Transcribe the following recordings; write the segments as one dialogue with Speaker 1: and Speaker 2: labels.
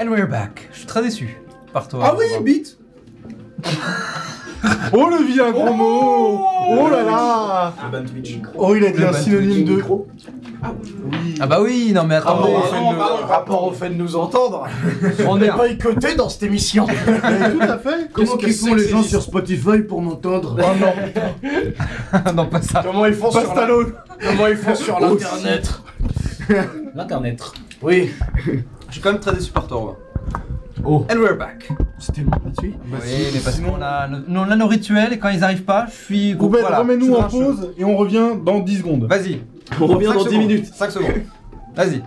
Speaker 1: And we're back. Je suis très déçu par toi.
Speaker 2: Ah oui,
Speaker 1: Romain.
Speaker 2: bite
Speaker 3: Oh le vilain gros mot Oh là là
Speaker 4: Le ban Twitch.
Speaker 3: Oh il a dit
Speaker 1: Le
Speaker 3: un
Speaker 1: ban
Speaker 3: synonyme de...
Speaker 4: Ah oui.
Speaker 3: Oui.
Speaker 1: Ah bah oui, non mais
Speaker 2: Ah
Speaker 1: attendez.
Speaker 2: bon,
Speaker 1: Ah,
Speaker 2: pardon, pardon.
Speaker 4: Rapport au fait de nous entendre.
Speaker 1: on est-
Speaker 4: boycotté dans cette émission.
Speaker 3: Mais tout à fait
Speaker 4: Comment
Speaker 5: Qu'est-ce qu'ils
Speaker 4: que
Speaker 5: font les
Speaker 4: c'est
Speaker 5: gens
Speaker 4: que
Speaker 5: sur Spotify pour m'entendre Oh non
Speaker 1: non, pas ça.
Speaker 4: Comment ils font sur la-
Speaker 3: Pastalone
Speaker 4: Comment ils font sur l'internet
Speaker 5: L'internet.
Speaker 4: Oui.
Speaker 1: Je suis quand même très déçu par toi. Romain.
Speaker 5: Oh.
Speaker 1: And we're back.
Speaker 5: C'était mon gratuit.
Speaker 1: oui, mais parce qu'on a, nos- nous, on a nos rituels et quand ils arrivent pas, je suis.
Speaker 3: Goubet,
Speaker 1: voilà.
Speaker 3: remets-nous en
Speaker 1: Je-
Speaker 3: pause et on revient dans 10 secondes.
Speaker 1: Vas-y.
Speaker 5: On revient dans 10 minutes.
Speaker 1: 5 secondes. Vas-y.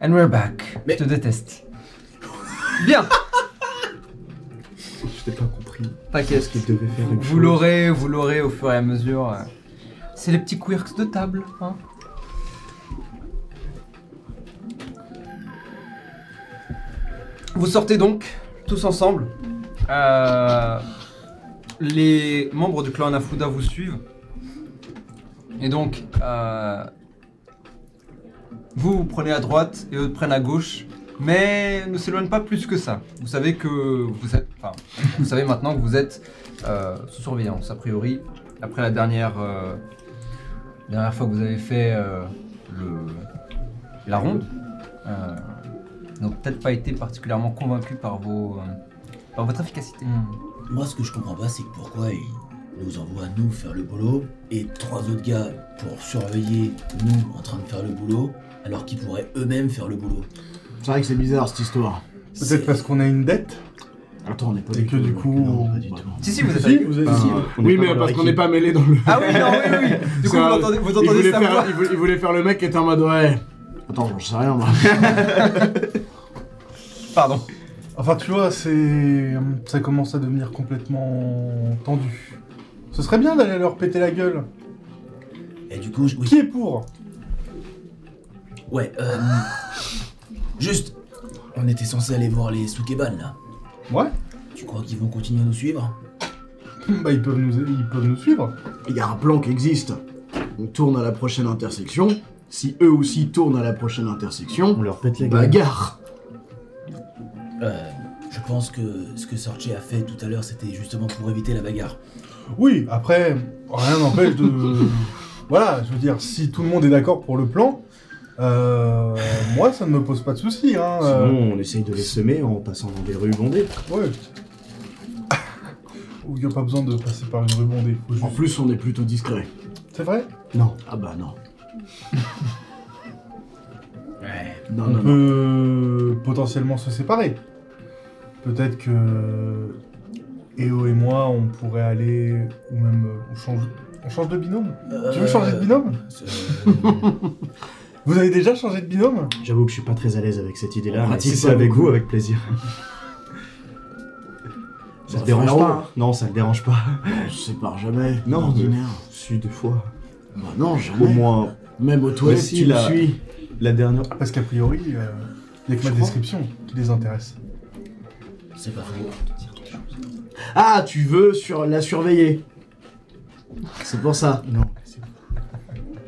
Speaker 1: And we're back.
Speaker 4: Mais-
Speaker 1: Je te déteste. Bien.
Speaker 5: Je t'ai pas compris.
Speaker 1: T'inquiète.
Speaker 5: qu'il devait faire une
Speaker 1: Vous l'aurez, vous l'aurez au fur et à mesure. euh. C'est les petits quirks de table, hein. Vous sortez donc tous ensemble. Euh, les membres du clan Anafuda vous suivent. Et donc, euh, vous, vous prenez à droite et eux prennent à gauche. Mais ne s'éloignent pas plus que ça. Vous savez que vous êtes, enfin, vous savez maintenant que vous êtes euh, sous surveillance, a priori. Après la dernière, euh, dernière fois que vous avez fait euh, le, la ronde, euh, ils n'ont peut-être pas été particulièrement convaincus par, vos, euh, par votre efficacité.
Speaker 5: Hmm.
Speaker 6: Moi, ce que je comprends pas, c'est pourquoi ils nous envoient nous faire le boulot et trois autres gars pour surveiller nous en train de faire le boulot, alors qu'ils pourraient eux-mêmes faire le boulot.
Speaker 5: C'est vrai que c'est bizarre cette histoire.
Speaker 3: Peut-être parce qu'on a une dette
Speaker 5: Attends, on n'est pas
Speaker 3: Et que du coup,
Speaker 5: Non, pas du
Speaker 3: bah,
Speaker 5: tout.
Speaker 1: Si, si, vous êtes
Speaker 3: Si, Ah.
Speaker 1: avec eux.
Speaker 3: vous êtes...
Speaker 5: Enfin,
Speaker 3: si.
Speaker 5: on
Speaker 2: Oui,
Speaker 5: est pas
Speaker 2: mais
Speaker 5: dans
Speaker 2: parce
Speaker 5: leur
Speaker 2: qu'on n'est
Speaker 5: équipe.
Speaker 2: pas mêlé dans le.
Speaker 1: Ah oui, non, oui, oui. Du coup,
Speaker 5: C'est
Speaker 1: vous
Speaker 5: un-
Speaker 1: entendez, vous
Speaker 5: il
Speaker 1: entendez
Speaker 5: voulait,
Speaker 1: sa voix.
Speaker 5: faire, il, voulait, il voulait faire le mec qui était en mode ouais. Attends, j'en sais rien moi.
Speaker 1: Pardon.
Speaker 3: Enfin, tu vois, c'est... Ça commence à devenir complètement tendu. Ce serait bien d'aller leur péter la gueule.
Speaker 6: Et du coup, je- oui.
Speaker 3: Qui est pour
Speaker 6: Ouais, euh. Juste, on était censé aller voir les Sukeban là.
Speaker 3: Ouais.
Speaker 6: Tu crois qu'ils vont continuer à nous suivre
Speaker 3: Bah, ils peuvent nous, ils peuvent nous suivre.
Speaker 5: Il y a un plan qui existe. On tourne à la prochaine intersection. Si eux aussi tournent à la prochaine intersection,
Speaker 7: On leur pète les gueules.
Speaker 5: bagarre.
Speaker 6: Euh. Je pense que ce que Sorche a fait tout à l'heure, c'était justement pour éviter la bagarre.
Speaker 3: Oui, après, rien n'empêche de... voilà, je veux dire, si tout le monde est d'accord pour le plan, euh, moi, ça ne me pose pas de soucis. Hein, euh,
Speaker 7: Sinon, on essaye de les semer en passant dans des rues bondées.
Speaker 3: Ouais. Il n'y a pas besoin de passer par une rue bondée. faut
Speaker 5: En
Speaker 3: juste-
Speaker 5: plus, on est plutôt discret.
Speaker 3: C'est vrai
Speaker 5: Non. Ah bah non.
Speaker 6: Ouais.
Speaker 5: Non,
Speaker 3: On
Speaker 5: non, non.
Speaker 3: peut potentiellement se séparer. Peut-être que Eo et moi, on pourrait aller ou même euh, on change, on change de binôme. Tu
Speaker 5: Euh.
Speaker 3: veux changer de binôme
Speaker 6: euh, binôme
Speaker 3: Vous avez déjà changé de binôme
Speaker 7: J'avoue que je suis pas très à l'aise avec cette idée-là.
Speaker 5: On
Speaker 7: mais
Speaker 5: pratique
Speaker 7: Si
Speaker 5: pas
Speaker 7: c'est avec
Speaker 5: beaucoup.
Speaker 7: vous, avec plaisir. Ça te
Speaker 5: Bah,
Speaker 7: dérange
Speaker 5: frérot.
Speaker 7: pas hein Non, ça te dérange pas.
Speaker 5: On se sépare jamais.
Speaker 7: Non, mais-
Speaker 5: ordinaire.
Speaker 7: Suis deux fois.
Speaker 5: Bah non,
Speaker 7: Au
Speaker 5: jamais.
Speaker 7: moins
Speaker 5: Même aux toilettes,
Speaker 7: si,
Speaker 5: tu me
Speaker 7: là.
Speaker 5: suis.
Speaker 7: la dernière.
Speaker 3: Parce qu'a priori, euh, il n'y a que
Speaker 5: Je
Speaker 3: ma
Speaker 5: crois.
Speaker 3: description qui les intéresse.
Speaker 6: C'est pas faux.
Speaker 5: Ah, tu veux sur la surveiller. C'est pour ça.
Speaker 7: Non.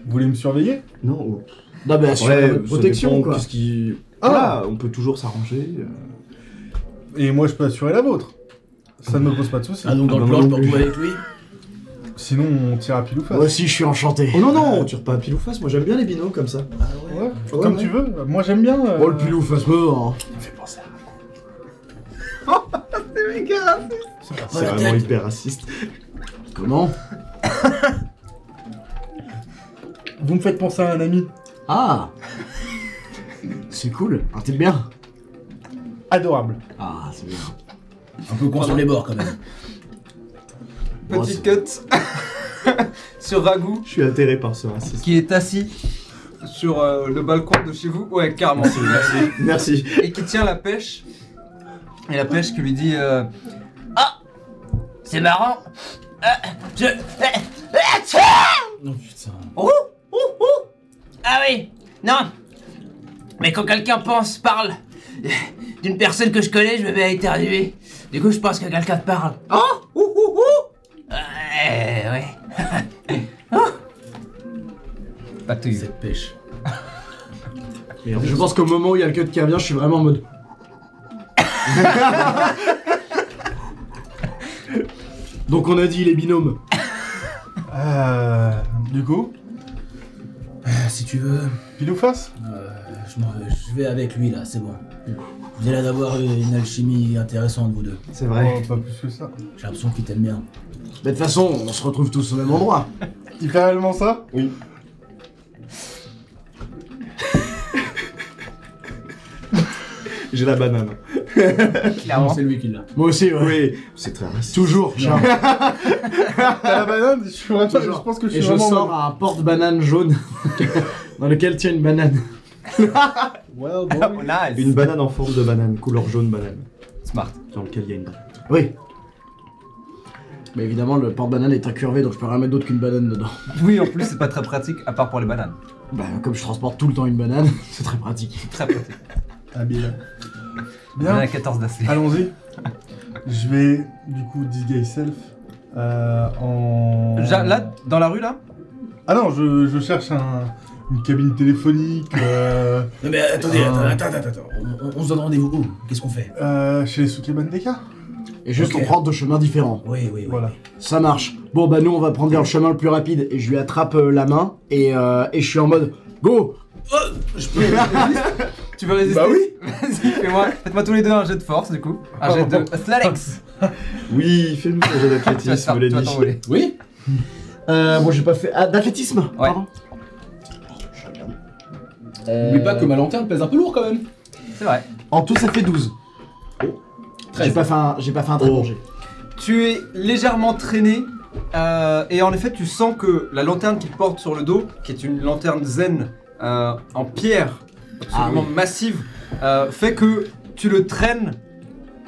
Speaker 3: Vous voulez me surveiller
Speaker 7: Non. ou-
Speaker 5: Non, mais assurer
Speaker 7: Ouais,
Speaker 5: notre
Speaker 7: ça
Speaker 5: protection,
Speaker 7: dépend,
Speaker 5: quoi.
Speaker 7: qu'est-ce qui-
Speaker 3: Ah.
Speaker 7: Voilà, on peut toujours s'arranger. euh.
Speaker 3: Et moi, je peux assurer la vôtre. Ça ne me pose pas de soucis.
Speaker 6: Ah donc dans
Speaker 7: Ah
Speaker 6: le
Speaker 7: bah
Speaker 6: plan,
Speaker 7: moi
Speaker 6: je
Speaker 7: non
Speaker 6: peux
Speaker 7: plus.
Speaker 6: retrouver avec lui
Speaker 3: Sinon, on tire à pile ou face.
Speaker 5: Moi aussi, je suis enchanté.
Speaker 7: Oh non, non, on tire pas à pile ou face. Moi, j'aime bien les binômes comme ça.
Speaker 6: Ah
Speaker 3: Ouais,
Speaker 7: Ouais,
Speaker 3: comme
Speaker 7: ouais.
Speaker 3: tu veux. Moi, j'aime bien. euh,
Speaker 5: Oh, le pilou face mort.
Speaker 7: C'est vraiment hyper raciste.
Speaker 5: Comment
Speaker 3: Vous me faites penser à un ami
Speaker 5: Ah C'est cool. Ah, t'es bien.
Speaker 3: adorable.
Speaker 5: Ah, c'est bien.
Speaker 6: Un peu con sur les bords quand même.
Speaker 5: Oh,
Speaker 1: Petit cut sur Ragout
Speaker 7: Je suis atterré par ce racisme.
Speaker 1: qui est assis sur euh, le balcon de chez vous. Ouais, carrément. Merci.
Speaker 7: Merci.
Speaker 1: et qui tient la pêche. Et la pêche qui lui dit euh, Ah C'est marrant Ah, Je. ah, ah, tiens
Speaker 6: Non putain.
Speaker 1: Ouh, ouh, ouh. Ah oui Non Mais quand quelqu'un pense, parle d'une personne que je connais, je me mets à éternuer. Du coup, je pense que quelqu'un te parle. Oh ouh, ouh, ouh. Ouais, ouais. Back to you.
Speaker 6: Cette pêche.
Speaker 7: Mais en
Speaker 5: Je
Speaker 7: fait,
Speaker 5: pense qu'au moment où il y a le cut qui revient, je suis vraiment en mode. Donc on a dit les binômes.
Speaker 3: Euh, du coup,
Speaker 6: Ah, si tu veux,
Speaker 3: pile ou face
Speaker 6: euh, je, m'en vais, je vais avec lui là, c'est bon. Vous allez d'avoir une alchimie intéressante, vous deux.
Speaker 7: C'est vrai.
Speaker 3: Oh, pas plus que ça.
Speaker 6: J'ai l'impression qu'il t'aime bien.
Speaker 5: Mais de toute façon, on se retrouve tous au même endroit.
Speaker 3: Il fait réellement ça
Speaker 5: Oui.
Speaker 7: J'ai la banane.
Speaker 6: Clairement. Ah. C'est lui qui l'a.
Speaker 5: Moi aussi, ouais.
Speaker 7: Oui. C'est très raciste.
Speaker 5: Toujours. genre.
Speaker 3: T'as la banane Je suis vraiment.
Speaker 5: Toujours.
Speaker 3: Je pense que je suis
Speaker 5: Et je
Speaker 3: vraiment.
Speaker 5: sors un porte-banane jaune dans lequel tient une banane.
Speaker 6: Well,
Speaker 1: Oh, nice.
Speaker 7: Une banane en forme de banane, couleur jaune banane,
Speaker 1: Smart.
Speaker 7: dans lequel il y a une banane.
Speaker 5: Oui. Mais évidemment, le porte-banane est incurvé, donc je peux rien mettre d'autre qu'une banane dedans.
Speaker 1: Oui, en plus, c'est pas très pratique, à part pour les bananes.
Speaker 5: Bah, comme je transporte tout le temps une banane, c'est très pratique.
Speaker 1: Très pratique.
Speaker 3: Habile.
Speaker 1: On en
Speaker 3: Bien.
Speaker 1: a 14 d'assez.
Speaker 3: Allons-y. Je vais du coup disguise self euh, en.
Speaker 1: Ja- Là, dans la rue, là
Speaker 3: Ah non, je, je cherche un- une cabine téléphonique euh,
Speaker 6: Non mais attendez,
Speaker 3: Ah.
Speaker 6: attends, attends, attends, attends. On, on- on se donne rendez-vous où Qu'est-ce qu'on fait
Speaker 3: euh, chez les Sukebandeka.
Speaker 5: Et juste,
Speaker 6: Ok.
Speaker 5: on prend deux chemins différents.
Speaker 6: Oui, oui, oui.
Speaker 3: Voilà.
Speaker 5: Ça marche. Bon, bah nous, on va prendre vers le chemin le plus rapide. Et je lui attrape euh, la main et, euh, et je suis en mode Go
Speaker 6: Je peux.
Speaker 1: Tu veux résister
Speaker 3: Bah oui.
Speaker 1: Vas-y, fais-moi. Faites-moi tous les deux un jet de force, du coup. Un jet de. Athletics
Speaker 7: Oui, fais-nous ton jeu
Speaker 1: Tu vas te faire-
Speaker 7: d'athlétisme,
Speaker 1: tu vas
Speaker 7: Lenny.
Speaker 1: t'envoler.
Speaker 6: Oui
Speaker 5: euh, Bon, j'ai pas fait. Ah, d'athlétisme
Speaker 1: Ouais.
Speaker 5: Pardon.
Speaker 6: N'oublie pas que ma lanterne pèse un peu lourd quand même.
Speaker 1: C'est vrai.
Speaker 5: En tout, ça fait 12. J'ai
Speaker 6: 13.
Speaker 5: pas fait un, j'ai pas fait un très
Speaker 7: Oh.
Speaker 5: bon jet.
Speaker 1: Tu es légèrement traîné euh, et en effet tu sens que la lanterne qu'il porte sur le dos, qui est une lanterne zen euh, en pierre absolument massive, euh, fait que tu le traînes.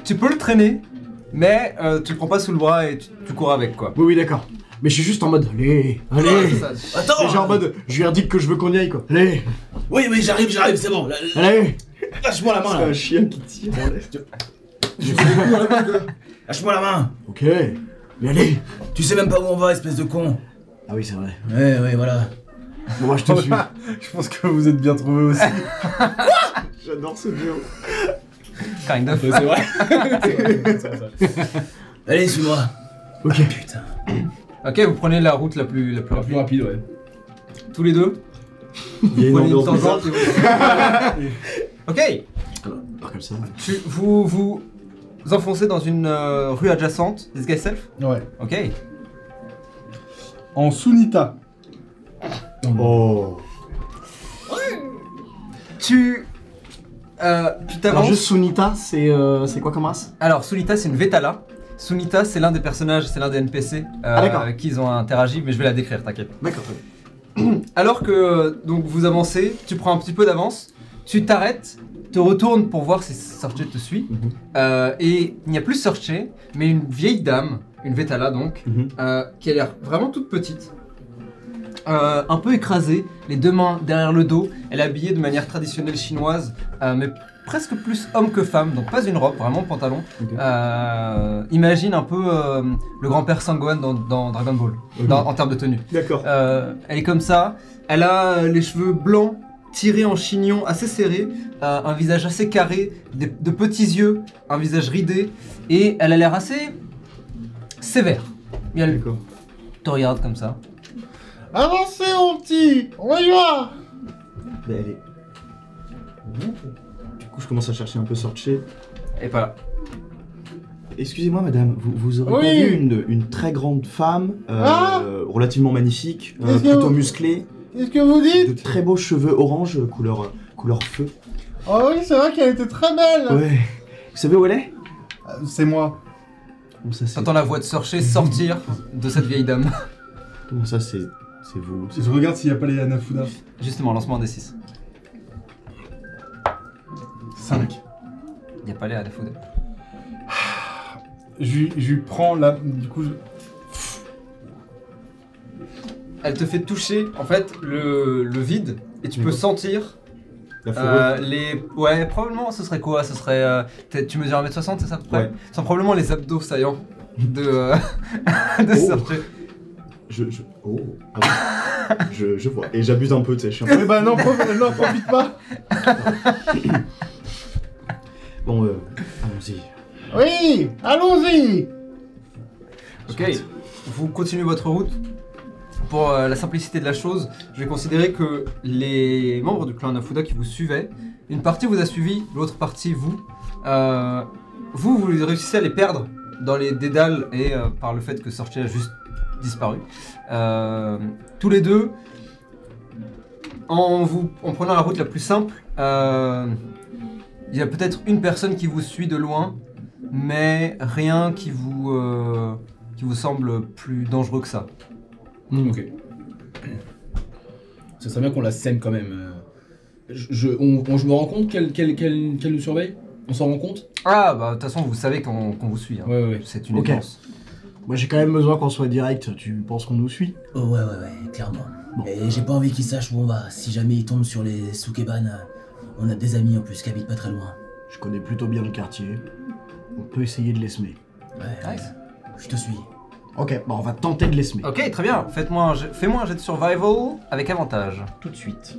Speaker 1: Tu peux le traîner, mais euh, tu le prends pas sous le bras et tu, tu cours avec quoi.
Speaker 5: Oui, oui, d'accord. Mais je suis juste en mode Allez, allez
Speaker 1: Ça,
Speaker 6: Attends
Speaker 7: Oh.
Speaker 5: Et j'ai en mode, je lui ai dit que je veux qu'on y aille quoi. Allez,
Speaker 6: Oui, oui, j'arrive, j'arrive, c'est bon. Là, là,
Speaker 5: allez
Speaker 6: Lâche-moi la
Speaker 7: C'est
Speaker 6: main
Speaker 7: un
Speaker 6: là.
Speaker 7: chien qui tire en l'air.
Speaker 6: Lâche-moi la main
Speaker 5: Ok, mais allez
Speaker 6: Tu sais même pas où on va, espèce de con.
Speaker 5: Ah oui, c'est vrai.
Speaker 6: Ouais, ouais, voilà.
Speaker 5: Bon, moi je te suis.
Speaker 3: Je pense que vous êtes bien trouvés aussi.
Speaker 7: J'adore ce duo.
Speaker 1: kind of.
Speaker 6: c'est vrai. Allez, suis-moi.
Speaker 5: Ok.
Speaker 6: Putain.
Speaker 1: Ok, vous prenez la route la plus la plus rapide.
Speaker 6: rapide, ouais.
Speaker 1: Tous les deux.
Speaker 7: Il y a une
Speaker 1: Prenez une
Speaker 7: ambiance
Speaker 1: tangente.
Speaker 7: bizarre.
Speaker 1: et vous- ok.
Speaker 5: Alors, alors comme ça.
Speaker 1: Tu vous vous enfoncez dans une euh, rue adjacente. This guy self.
Speaker 3: Ouais.
Speaker 1: Ok.
Speaker 3: En Sunita.
Speaker 7: Oh.
Speaker 1: Tu. euh, tu
Speaker 5: Alors
Speaker 1: t'avances.
Speaker 5: juste Sunita, c'est euh, c'est quoi comme race
Speaker 1: Alors, Sunita, c'est une Vetala. Sunita, c'est l'un des personnages, c'est l'un des NPC euh,
Speaker 5: Ah, d'accord.
Speaker 1: avec qui ils ont interagi, mais je vais la décrire, t'inquiète.
Speaker 5: D'accord. très bien.
Speaker 1: Alors que euh, donc vous avancez, tu prends un petit peu d'avance, tu t'arrêtes, te retournes pour voir si Sorche te suit.
Speaker 7: Mhm.
Speaker 1: Euh, et il n'y a plus Sorche, mais une vieille dame, une Vetala donc,
Speaker 7: Mhm.
Speaker 1: euh, qui a l'air vraiment toute petite, euh, un peu écrasée, les deux mains derrière le dos. Elle est habillée de manière traditionnelle chinoise, euh, mais presque plus homme que femme, donc pas une robe, vraiment pantalon.
Speaker 7: Ok.
Speaker 1: Euh, imagine un peu euh, le grand-père Sangohan dans, dans Dragon Ball,
Speaker 7: Ok.
Speaker 1: dans- en termes de tenue.
Speaker 7: D'accord.
Speaker 1: Euh, elle est comme ça, elle a euh, les cheveux blancs tirés en chignon assez serré, euh, un visage assez carré, des- de petits yeux, un visage ridé, et elle a l'air assez sévère. Et elle
Speaker 7: D'accord.
Speaker 1: te regarde comme ça.
Speaker 3: Avancez, mon petit On y va
Speaker 7: Ben, elle est. Du coup, je commence à chercher un peu Sorche.
Speaker 1: Et pas là.
Speaker 7: Excusez-moi, madame, vous, vous aurez pas
Speaker 3: Oui.
Speaker 7: vu une, une très grande femme, euh,
Speaker 3: Ah.
Speaker 7: relativement magnifique, euh,
Speaker 3: Est-ce que
Speaker 7: plutôt
Speaker 3: vous-
Speaker 7: musclée,
Speaker 3: Qu'est-ce que vous dites
Speaker 7: de très beaux cheveux orange, couleur, couleur feu.
Speaker 3: Oh oui, c'est vrai qu'elle était très belle
Speaker 7: Ouais. Vous savez où elle est
Speaker 3: Euh, C'est moi.
Speaker 7: Bon, ça, c'est.
Speaker 1: T'entends la voix de Sorcher sortir de cette vieille dame.
Speaker 7: Bon, ça, c'est. C'est vous.
Speaker 3: Je regarde s'il n'y a pas les Anafuda.
Speaker 1: Justement, lancement des 6.
Speaker 3: 5.
Speaker 1: Il a pas l'air à la foudre.
Speaker 3: Je lui- je lui prends la... Du coup, je...
Speaker 1: Elle te fait toucher en fait le, le vide et tu peux
Speaker 7: D'accord.
Speaker 1: sentir
Speaker 7: La fourrure.
Speaker 1: Euh, les... Ouais, probablement, ce serait quoi Ce serait... euh, t'es- Tu mesures 1m60, c'est ça à peu près
Speaker 7: Ouais.
Speaker 1: Ce sont probablement les abdos saillants de... euh, de
Speaker 7: Oh.
Speaker 1: Sergio.
Speaker 7: Je, je- Oh. Ah je, je vois. Et j'abuse un peu, tu sais. je suis un peu-
Speaker 3: Eh ben, n'en prof- n'en profite pas
Speaker 7: Bon, euh, allons-y.
Speaker 3: Oui Allons-y
Speaker 1: Ok, vous continuez votre route. Pour euh, la simplicité de la chose, je vais considérer que les membres du clan Nafuda qui vous suivaient, une partie vous a suivi, l'autre partie vous. Euh, vous, vous réussissez à les perdre dans les dédales et euh, par le fait que Sorcier a juste disparu. Euh, tous les deux, en, vous, en prenant la route la plus simple, euh, il y a peut-être une personne qui vous suit de loin, mais rien qui vous... euh, qui vous semble plus dangereux que ça.
Speaker 6: Hmm, ok. Ça serait bien qu'on la scène quand même. euh. Je, je- on- on- je me rends compte qu'elle qu'elle- qu'elle- qu'elle nous surveille On s'en rend compte
Speaker 1: Ah bah de toute façon vous savez qu'on qu'on vous suit. hein.
Speaker 6: Ouais, ouais.
Speaker 1: C'est une
Speaker 5: Ok.
Speaker 1: évidence.
Speaker 5: Moi j'ai quand même besoin qu'on soit direct, tu penses qu'on nous suit
Speaker 6: Oh, ouais, ouais, ouais, clairement. Et j'ai pas envie qu'ils sachent où on va. Si jamais ils tombent sur les Sukeban, euh, on a des amis en plus qui habitent pas très loin.
Speaker 5: Je connais plutôt bien le quartier. On peut essayer de les semer.
Speaker 6: Ouais,
Speaker 1: Ah, Nice.
Speaker 6: ouais. je te suis.
Speaker 5: Ok, bon, on va tenter de les semer.
Speaker 1: Ok très bien. Faites-moi un jet- fais-moi un jet de survival avec avantage.
Speaker 7: Tout de suite.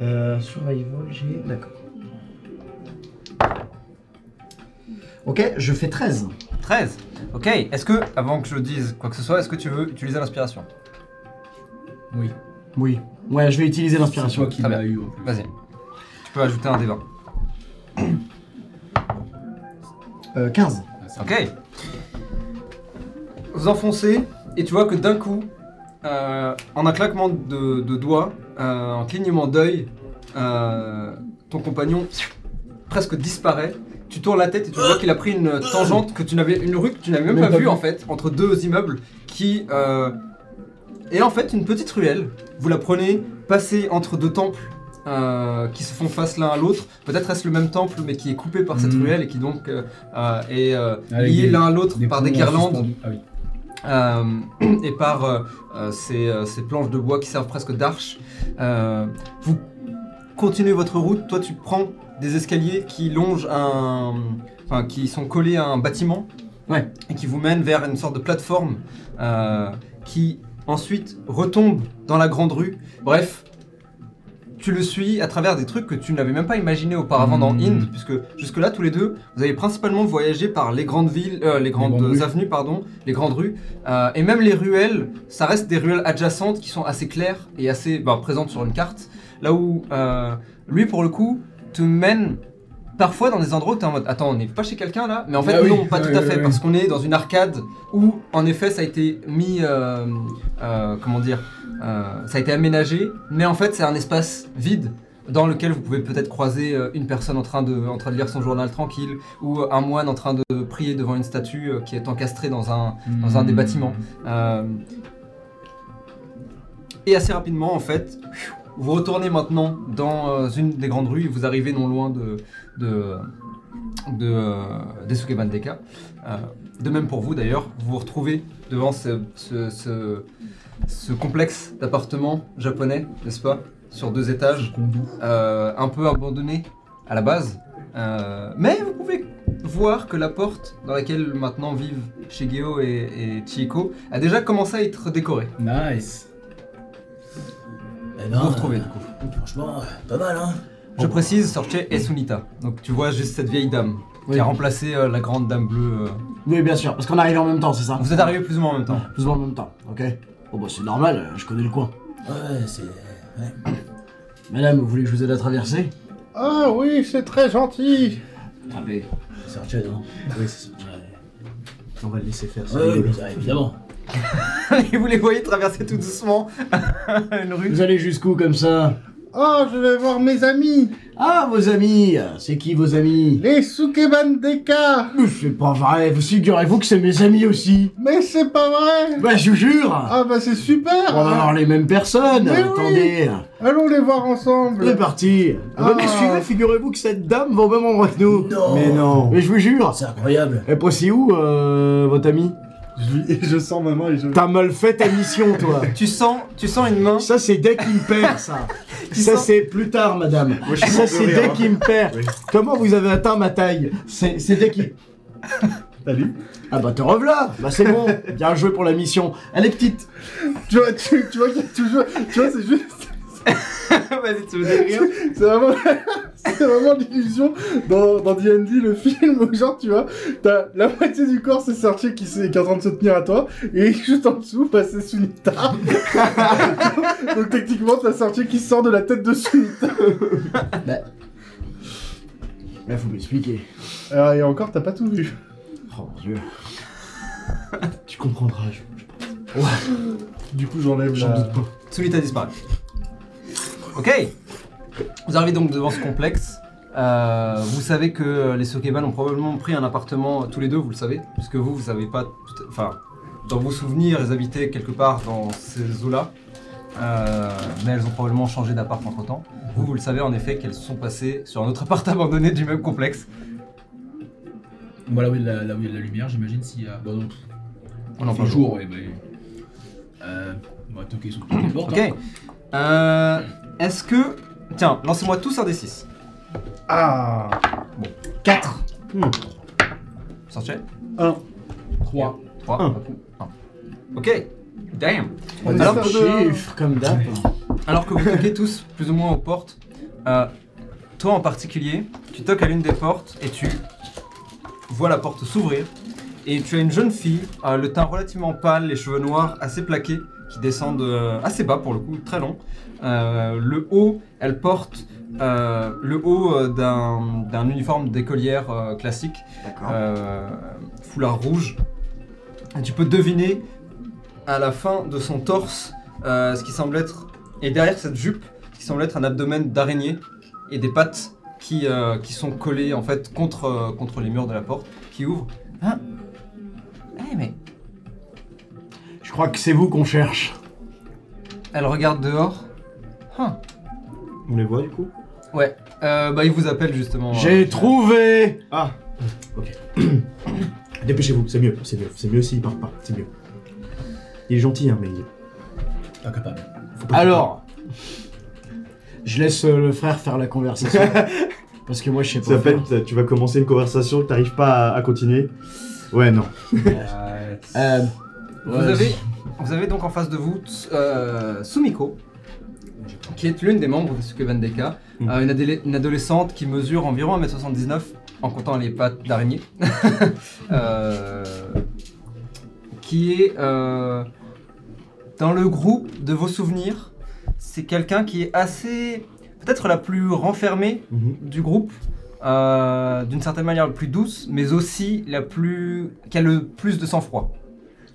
Speaker 7: Euh, survival, j'ai. D'accord.
Speaker 5: Ok, je fais 13.
Speaker 1: 13. Ok. Est-ce que avant que je dise quoi que ce soit, est-ce que tu veux utiliser l'inspiration
Speaker 6: Oui.
Speaker 5: Oui. Ouais, je vais utiliser
Speaker 6: C'est
Speaker 5: l'inspiration.
Speaker 6: toi qui
Speaker 1: Très
Speaker 6: l'as
Speaker 1: bien.
Speaker 6: eu en plus.
Speaker 1: Vas-y. Tu peux ajouter un des 20.
Speaker 5: Euh, 15.
Speaker 6: Ah, ça
Speaker 1: Ok. Vous enfoncez et tu vois que d'un coup, euh, en un claquement de, de doigts, euh, en clignement d'œil, euh, ton compagnon presque disparaît. Tu tournes la tête et tu vois qu'il a pris une tangente que tu n'avais une rue que tu n'avais même, pas, vue en fait entre deux immeubles qui euh, est en fait une petite ruelle. Vous la prenez, passez entre deux temples euh, qui se font face l'un à l'autre. Peut-être est-ce le même temple mais qui est coupé par cette
Speaker 6: Mhm.
Speaker 1: ruelle et qui donc euh, euh, et euh,
Speaker 6: Avec
Speaker 1: liés
Speaker 6: des-
Speaker 1: l'un à l'autre par des
Speaker 6: ponts
Speaker 1: guirlandes
Speaker 6: suspendus. Ah oui.
Speaker 1: euh, et par euh, euh, ces, euh, ces planches de bois qui servent presque d'arches. Euh, vous continuez votre route, toi tu prends des escaliers qui longent un... Enfin, qui sont collés à un bâtiment
Speaker 5: Ouais.
Speaker 1: et qui vous mènent vers une sorte de plateforme euh, qui ensuite retombe dans la grande rue. Bref, tu le suis à travers des trucs que tu n'avais même pas imaginé auparavant dans
Speaker 6: Mhm.
Speaker 1: Inde, puisque jusque-là, tous les deux, vous avez principalement voyagé par les grandes villes, euh, les grandes
Speaker 6: grandes rues.
Speaker 1: avenues, pardon, les grandes rues, euh, et même les ruelles, ça reste des ruelles adjacentes qui sont assez claires et assez bah, présentes sur une carte. Là où euh, lui, pour le coup, te mène parfois dans des endroits où t'es en mode Attends, on n'est pas chez quelqu'un là Mais en fait,
Speaker 6: Ah oui,
Speaker 1: non, pas
Speaker 6: ouais,
Speaker 1: tout à
Speaker 6: ouais,
Speaker 1: fait,
Speaker 6: ouais.
Speaker 1: parce qu'on est dans une arcade où, en effet, ça a été mis. euh, euh, comment dire euh, Ça a été aménagé, mais en fait, c'est un espace vide dans lequel vous pouvez peut-être croiser euh, une personne en train, de, en train de lire son journal tranquille ou un moine en train de prier devant une statue euh, qui est encastrée dans un, dans un
Speaker 6: Hmm.
Speaker 1: des bâtiments. Euh, et assez rapidement, en fait, vous retournez maintenant dans euh, une des grandes rues et vous arrivez non loin de, de, de euh, d'Esuke Bandeka. Euh, de même pour vous d'ailleurs, vous vous retrouvez devant ce, ce, ce- ce complexe d'appartements japonais, n'est-ce pas Sur deux étages, euh, un peu abandonné à la base. Euh, mais vous pouvez voir que la porte dans laquelle maintenant vivent Shigeo et, et Chihiko a déjà commencé à être décorée.
Speaker 6: Nice. Eh ben,
Speaker 1: Vous vous retrouvez
Speaker 6: euh,
Speaker 1: du coup.
Speaker 6: Franchement, euh, pas mal, hein.
Speaker 1: Je précise, Sorche et Sunita. Donc tu vois juste cette vieille dame
Speaker 5: Oui.
Speaker 1: qui a remplacé euh, la grande dame bleue. euh.
Speaker 5: Oui, bien sûr, parce qu'on arrive en même temps, c'est ça
Speaker 1: Vous êtes arrivés plus ou moins en même temps.
Speaker 5: Plus ou moins en même temps, ok Bon, bah c'est normal, euh, je connais le coin.
Speaker 6: Ouais, c'est. ouais.
Speaker 5: Madame, vous voulez que je vous aide à traverser
Speaker 3: Ah oui, c'est très gentil
Speaker 5: Attendez.
Speaker 6: C'est Arthur, non
Speaker 7: Oui, c'est ça.
Speaker 6: Ouais,
Speaker 7: On va le laisser faire. ça
Speaker 6: Ouais,
Speaker 7: rigole.
Speaker 6: ouais, ouais, évidemment.
Speaker 1: et vous les voyez traverser tout doucement une rue.
Speaker 5: Vous allez jusqu'où comme ça
Speaker 3: Ah, je vais voir mes amis
Speaker 5: Ah, vos amis euh, C'est qui vos amis
Speaker 3: Les Sukeban Deka
Speaker 5: Mais C'est pas vrai, vous figurez-vous que c'est mes amis aussi
Speaker 3: Mais c'est pas vrai
Speaker 5: Bah, je vous jure
Speaker 3: Ah bah c'est super
Speaker 5: On
Speaker 6: Oh,
Speaker 5: va voir les mêmes personnes
Speaker 3: Mais oui.
Speaker 5: Attendez
Speaker 3: Allons les voir ensemble
Speaker 5: C'est parti
Speaker 3: Ah.
Speaker 5: ah. Mais suivez, figurez-vous que cette dame va au même endroit que nous
Speaker 6: Non.
Speaker 5: Mais non Mais je vous jure
Speaker 6: C'est incroyable.
Speaker 5: Et puis c'est où, euh, votre ami
Speaker 3: Je, je sens ma main et je...
Speaker 5: T'as mal fait ta mission, toi
Speaker 1: Tu sens, tu sens une main.
Speaker 5: Ça, c'est dès qu'il me perd, ça
Speaker 1: Tu
Speaker 5: Ça,
Speaker 1: sens-
Speaker 5: c'est plus tard, madame
Speaker 7: Moi, je suis
Speaker 5: Ça,
Speaker 7: mort de
Speaker 5: c'est
Speaker 7: rire,
Speaker 5: dès
Speaker 7: hein.
Speaker 5: qu'il me perd
Speaker 7: Oui.
Speaker 5: Comment vous avez atteint ma taille C'est c'est dès qu'il...
Speaker 3: Salut.
Speaker 5: Ah bah te revoilà Bah c'est bon, bien joué pour la mission. Allez petite
Speaker 3: Tu vois, tu, tu vois qu'il y a toujours. Tu vois, c'est juste.
Speaker 1: Vas-y, tu me fais rire.
Speaker 3: C'est vraiment, c'est vraiment l'illusion dans, dans D&D, le film, où genre, tu vois, t'as la moitié du corps, c'est Sertier qui, s'est- qui est en train de se tenir à toi, et juste en dessous, bah, c'est Sunita. Donc techniquement, t'as Sertier qui sort de la tête de Sunita.
Speaker 5: Bah. Là faut m'expliquer.
Speaker 3: Alors, Ah, et encore, t'as pas tout vu.
Speaker 5: Oh mon dieu.
Speaker 7: Tu comprendras, je, je
Speaker 3: Du coup, j'enlève
Speaker 7: J'en
Speaker 3: la-
Speaker 7: doute pas.
Speaker 1: Sulita disparaît. Ok. Vous arrivez donc devant ce complexe. Euh, vous savez que les Sokeban ont probablement pris un appartement tous les deux, vous le savez, puisque vous, vous savez pas. tout à- Enfin, dans vos souvenirs, elles habitaient quelque part dans ces eaux-là. Euh, mais elles ont probablement changé d'appart entre temps. Vous, vous le savez en effet qu'elles se sont passées sur un autre appart abandonné du même complexe.
Speaker 2: Bah, là où il y a de la, là où il y a de la lumière, j'imagine s'il y a. Bah non,
Speaker 1: On en
Speaker 2: fait
Speaker 1: parle.
Speaker 2: jour, ouais, bah. Euh. On va toquer sur toutes les portes.
Speaker 1: Ok. Euh, Est-ce que. Tiens, lancez-moi tous un des 6.
Speaker 3: Ah
Speaker 5: 4
Speaker 1: Sortez.
Speaker 2: 3.
Speaker 1: 3.
Speaker 5: Un.
Speaker 1: Ok. Damn.
Speaker 5: On
Speaker 3: Alors,
Speaker 5: Alors, chiffre comme d'hab.
Speaker 1: Alors que vous toquez tous plus ou moins aux portes, euh, toi en particulier, tu toques à l'une des portes et tu vois la porte s'ouvrir. Et tu as une jeune fille, euh, le teint relativement pâle, les cheveux noirs assez plaqués, qui descendent euh, assez bas pour le coup, très long. Euh, le haut, elle porte euh, le haut euh, d'un d'un uniforme d'écolière euh, classique,
Speaker 5: D'accord.
Speaker 1: euh, foulard rouge. Et tu peux deviner à la fin de son torse euh, ce qui semble être, et derrière cette jupe, ce qui semble être un abdomen d'araignée et des pattes qui, euh, qui sont collées en fait contre, euh, contre les murs de la porte qui ouvrent. Hein Eh, mais
Speaker 5: Je crois que c'est vous qu'on cherche.
Speaker 1: elle regarde dehors. Hein.
Speaker 7: On les voit du coup
Speaker 1: Ouais, Euh, bah il vous appelle justement. hein.
Speaker 5: J'ai trouvé
Speaker 7: Ah Ok. Dépêchez-vous, c'est mieux, c'est mieux, c'est mieux s'il part pas, c'est mieux. Il est gentil, hein, mais il
Speaker 2: Pas capable.
Speaker 7: faut pas.
Speaker 5: Alors Je laisse euh, le frère faire la conversation. Parce que moi je sais
Speaker 7: Ça
Speaker 5: pas.
Speaker 7: s'appelle,
Speaker 5: faire.
Speaker 7: t'as- tu vas commencer une conversation, t'arrives pas à, à continuer. Ouais, non.
Speaker 5: Euh,
Speaker 1: Vous,
Speaker 5: ouais,
Speaker 1: avez, vous avez donc en face de vous euh, Sumiko, qui est l'une des membres de Sukeban Deka,
Speaker 7: Mm.
Speaker 1: euh, une, adole- une adolescente qui mesure environ 1m79 en comptant les pattes d'araignée, Euh, qui est euh, dans le groupe de vos souvenirs. C'est quelqu'un qui est assez, peut-être la plus renfermée
Speaker 7: Mhm.
Speaker 1: du groupe, euh, d'une certaine manière la plus douce, mais aussi la plus qui a le plus de sang-froid.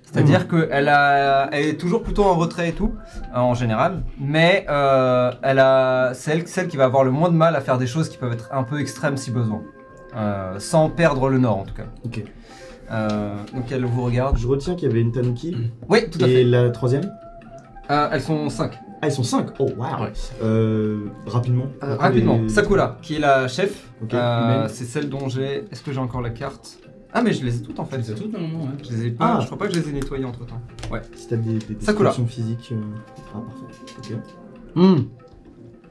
Speaker 1: C'est-à-dire
Speaker 7: Mmh.
Speaker 1: qu'elle a, elle est toujours plutôt en retrait et tout, euh, en général, mais euh, elle a, c'est elle, celle qui va avoir le moins de mal à faire des choses qui peuvent être un peu extrêmes si besoin, Euh, sans perdre le nord en tout cas.
Speaker 7: Ok.
Speaker 1: Euh, donc elle vous regarde.
Speaker 7: Je retiens qu'il y avait une Tanuki
Speaker 1: Oui, tout à
Speaker 7: et
Speaker 1: fait.
Speaker 7: la troisième.
Speaker 1: Euh, elles sont 5.
Speaker 7: Ah, ils sont 5 Oh, waouh
Speaker 1: Ouais.
Speaker 7: Euh, Rapidement. Pourquoi
Speaker 1: rapidement,
Speaker 7: les-
Speaker 1: Sakura, qui est la chef,
Speaker 7: Ok,
Speaker 1: euh,
Speaker 7: humaine.
Speaker 1: c'est celle dont j'ai. Est-ce que j'ai encore la carte Ah, mais je les ai toutes en fait.
Speaker 2: Faites ça tout normalement, ouais.
Speaker 1: Je les ai pas,
Speaker 7: Ah.
Speaker 1: je crois pas que je les ai nettoyés entre temps.
Speaker 7: Si t'as des, des
Speaker 1: Sakura.
Speaker 7: descriptions physiques. euh, Ah, parfait. Ok.
Speaker 5: hmm,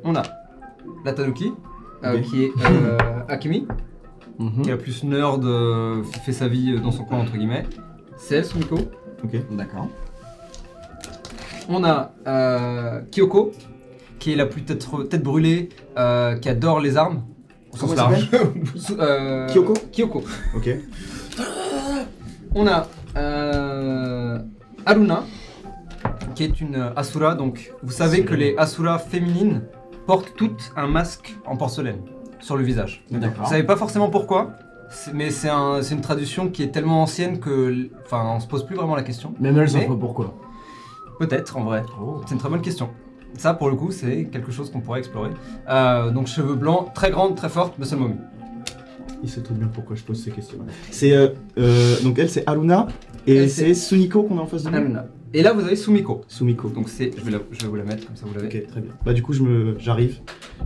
Speaker 1: On a la Tanuki, euh,
Speaker 7: Ok.
Speaker 1: qui est euh, Akemi,
Speaker 5: mhm,
Speaker 1: qui est la plus nerd, euh, qui fait sa vie euh, dans son coin entre guillemets. C'est elle, Sumiko.
Speaker 5: D'accord.
Speaker 1: On a euh, Kyoko, qui est la plus tête, tête brûlée, euh, qui adore les armes. Au
Speaker 5: Comment
Speaker 1: sens
Speaker 5: elle
Speaker 1: large. Sous- euh,
Speaker 7: Kyoko
Speaker 1: Kyoko.
Speaker 7: Ok.
Speaker 1: On a euh, Aruna, qui est une euh, Asura. Donc, vous savez que les Asura féminines portent toutes un masque en porcelaine sur le visage. Vous
Speaker 5: D'accord.
Speaker 1: savez pas forcément pourquoi, c'est- mais c'est un- c'est une traduction qui est tellement ancienne que, l- enfin, on se pose plus vraiment la question.
Speaker 5: Même elles savent
Speaker 1: Mais-
Speaker 5: pas pourquoi.
Speaker 1: Peut-être, en vrai. C'est une très bonne question. Ça, pour le coup, c'est quelque chose qu'on pourrait explorer. Euh, donc, cheveux blancs, très grande, très forte, mais momie.
Speaker 7: Il sait très bien pourquoi je pose ces questions. C'est. euh, euh, donc, elle, c'est Aruna. Et
Speaker 1: Elle, c'est-
Speaker 7: c'est Suniko qu'on a en face de nous
Speaker 1: Aruna. Et là, vous avez Sumiko.
Speaker 7: Sumiko.
Speaker 1: Donc, c'est, je vais, la- je vais vous la mettre comme ça, vous l'avez.
Speaker 7: Ok, très bien. Bah, du coup, je me, j'arrive.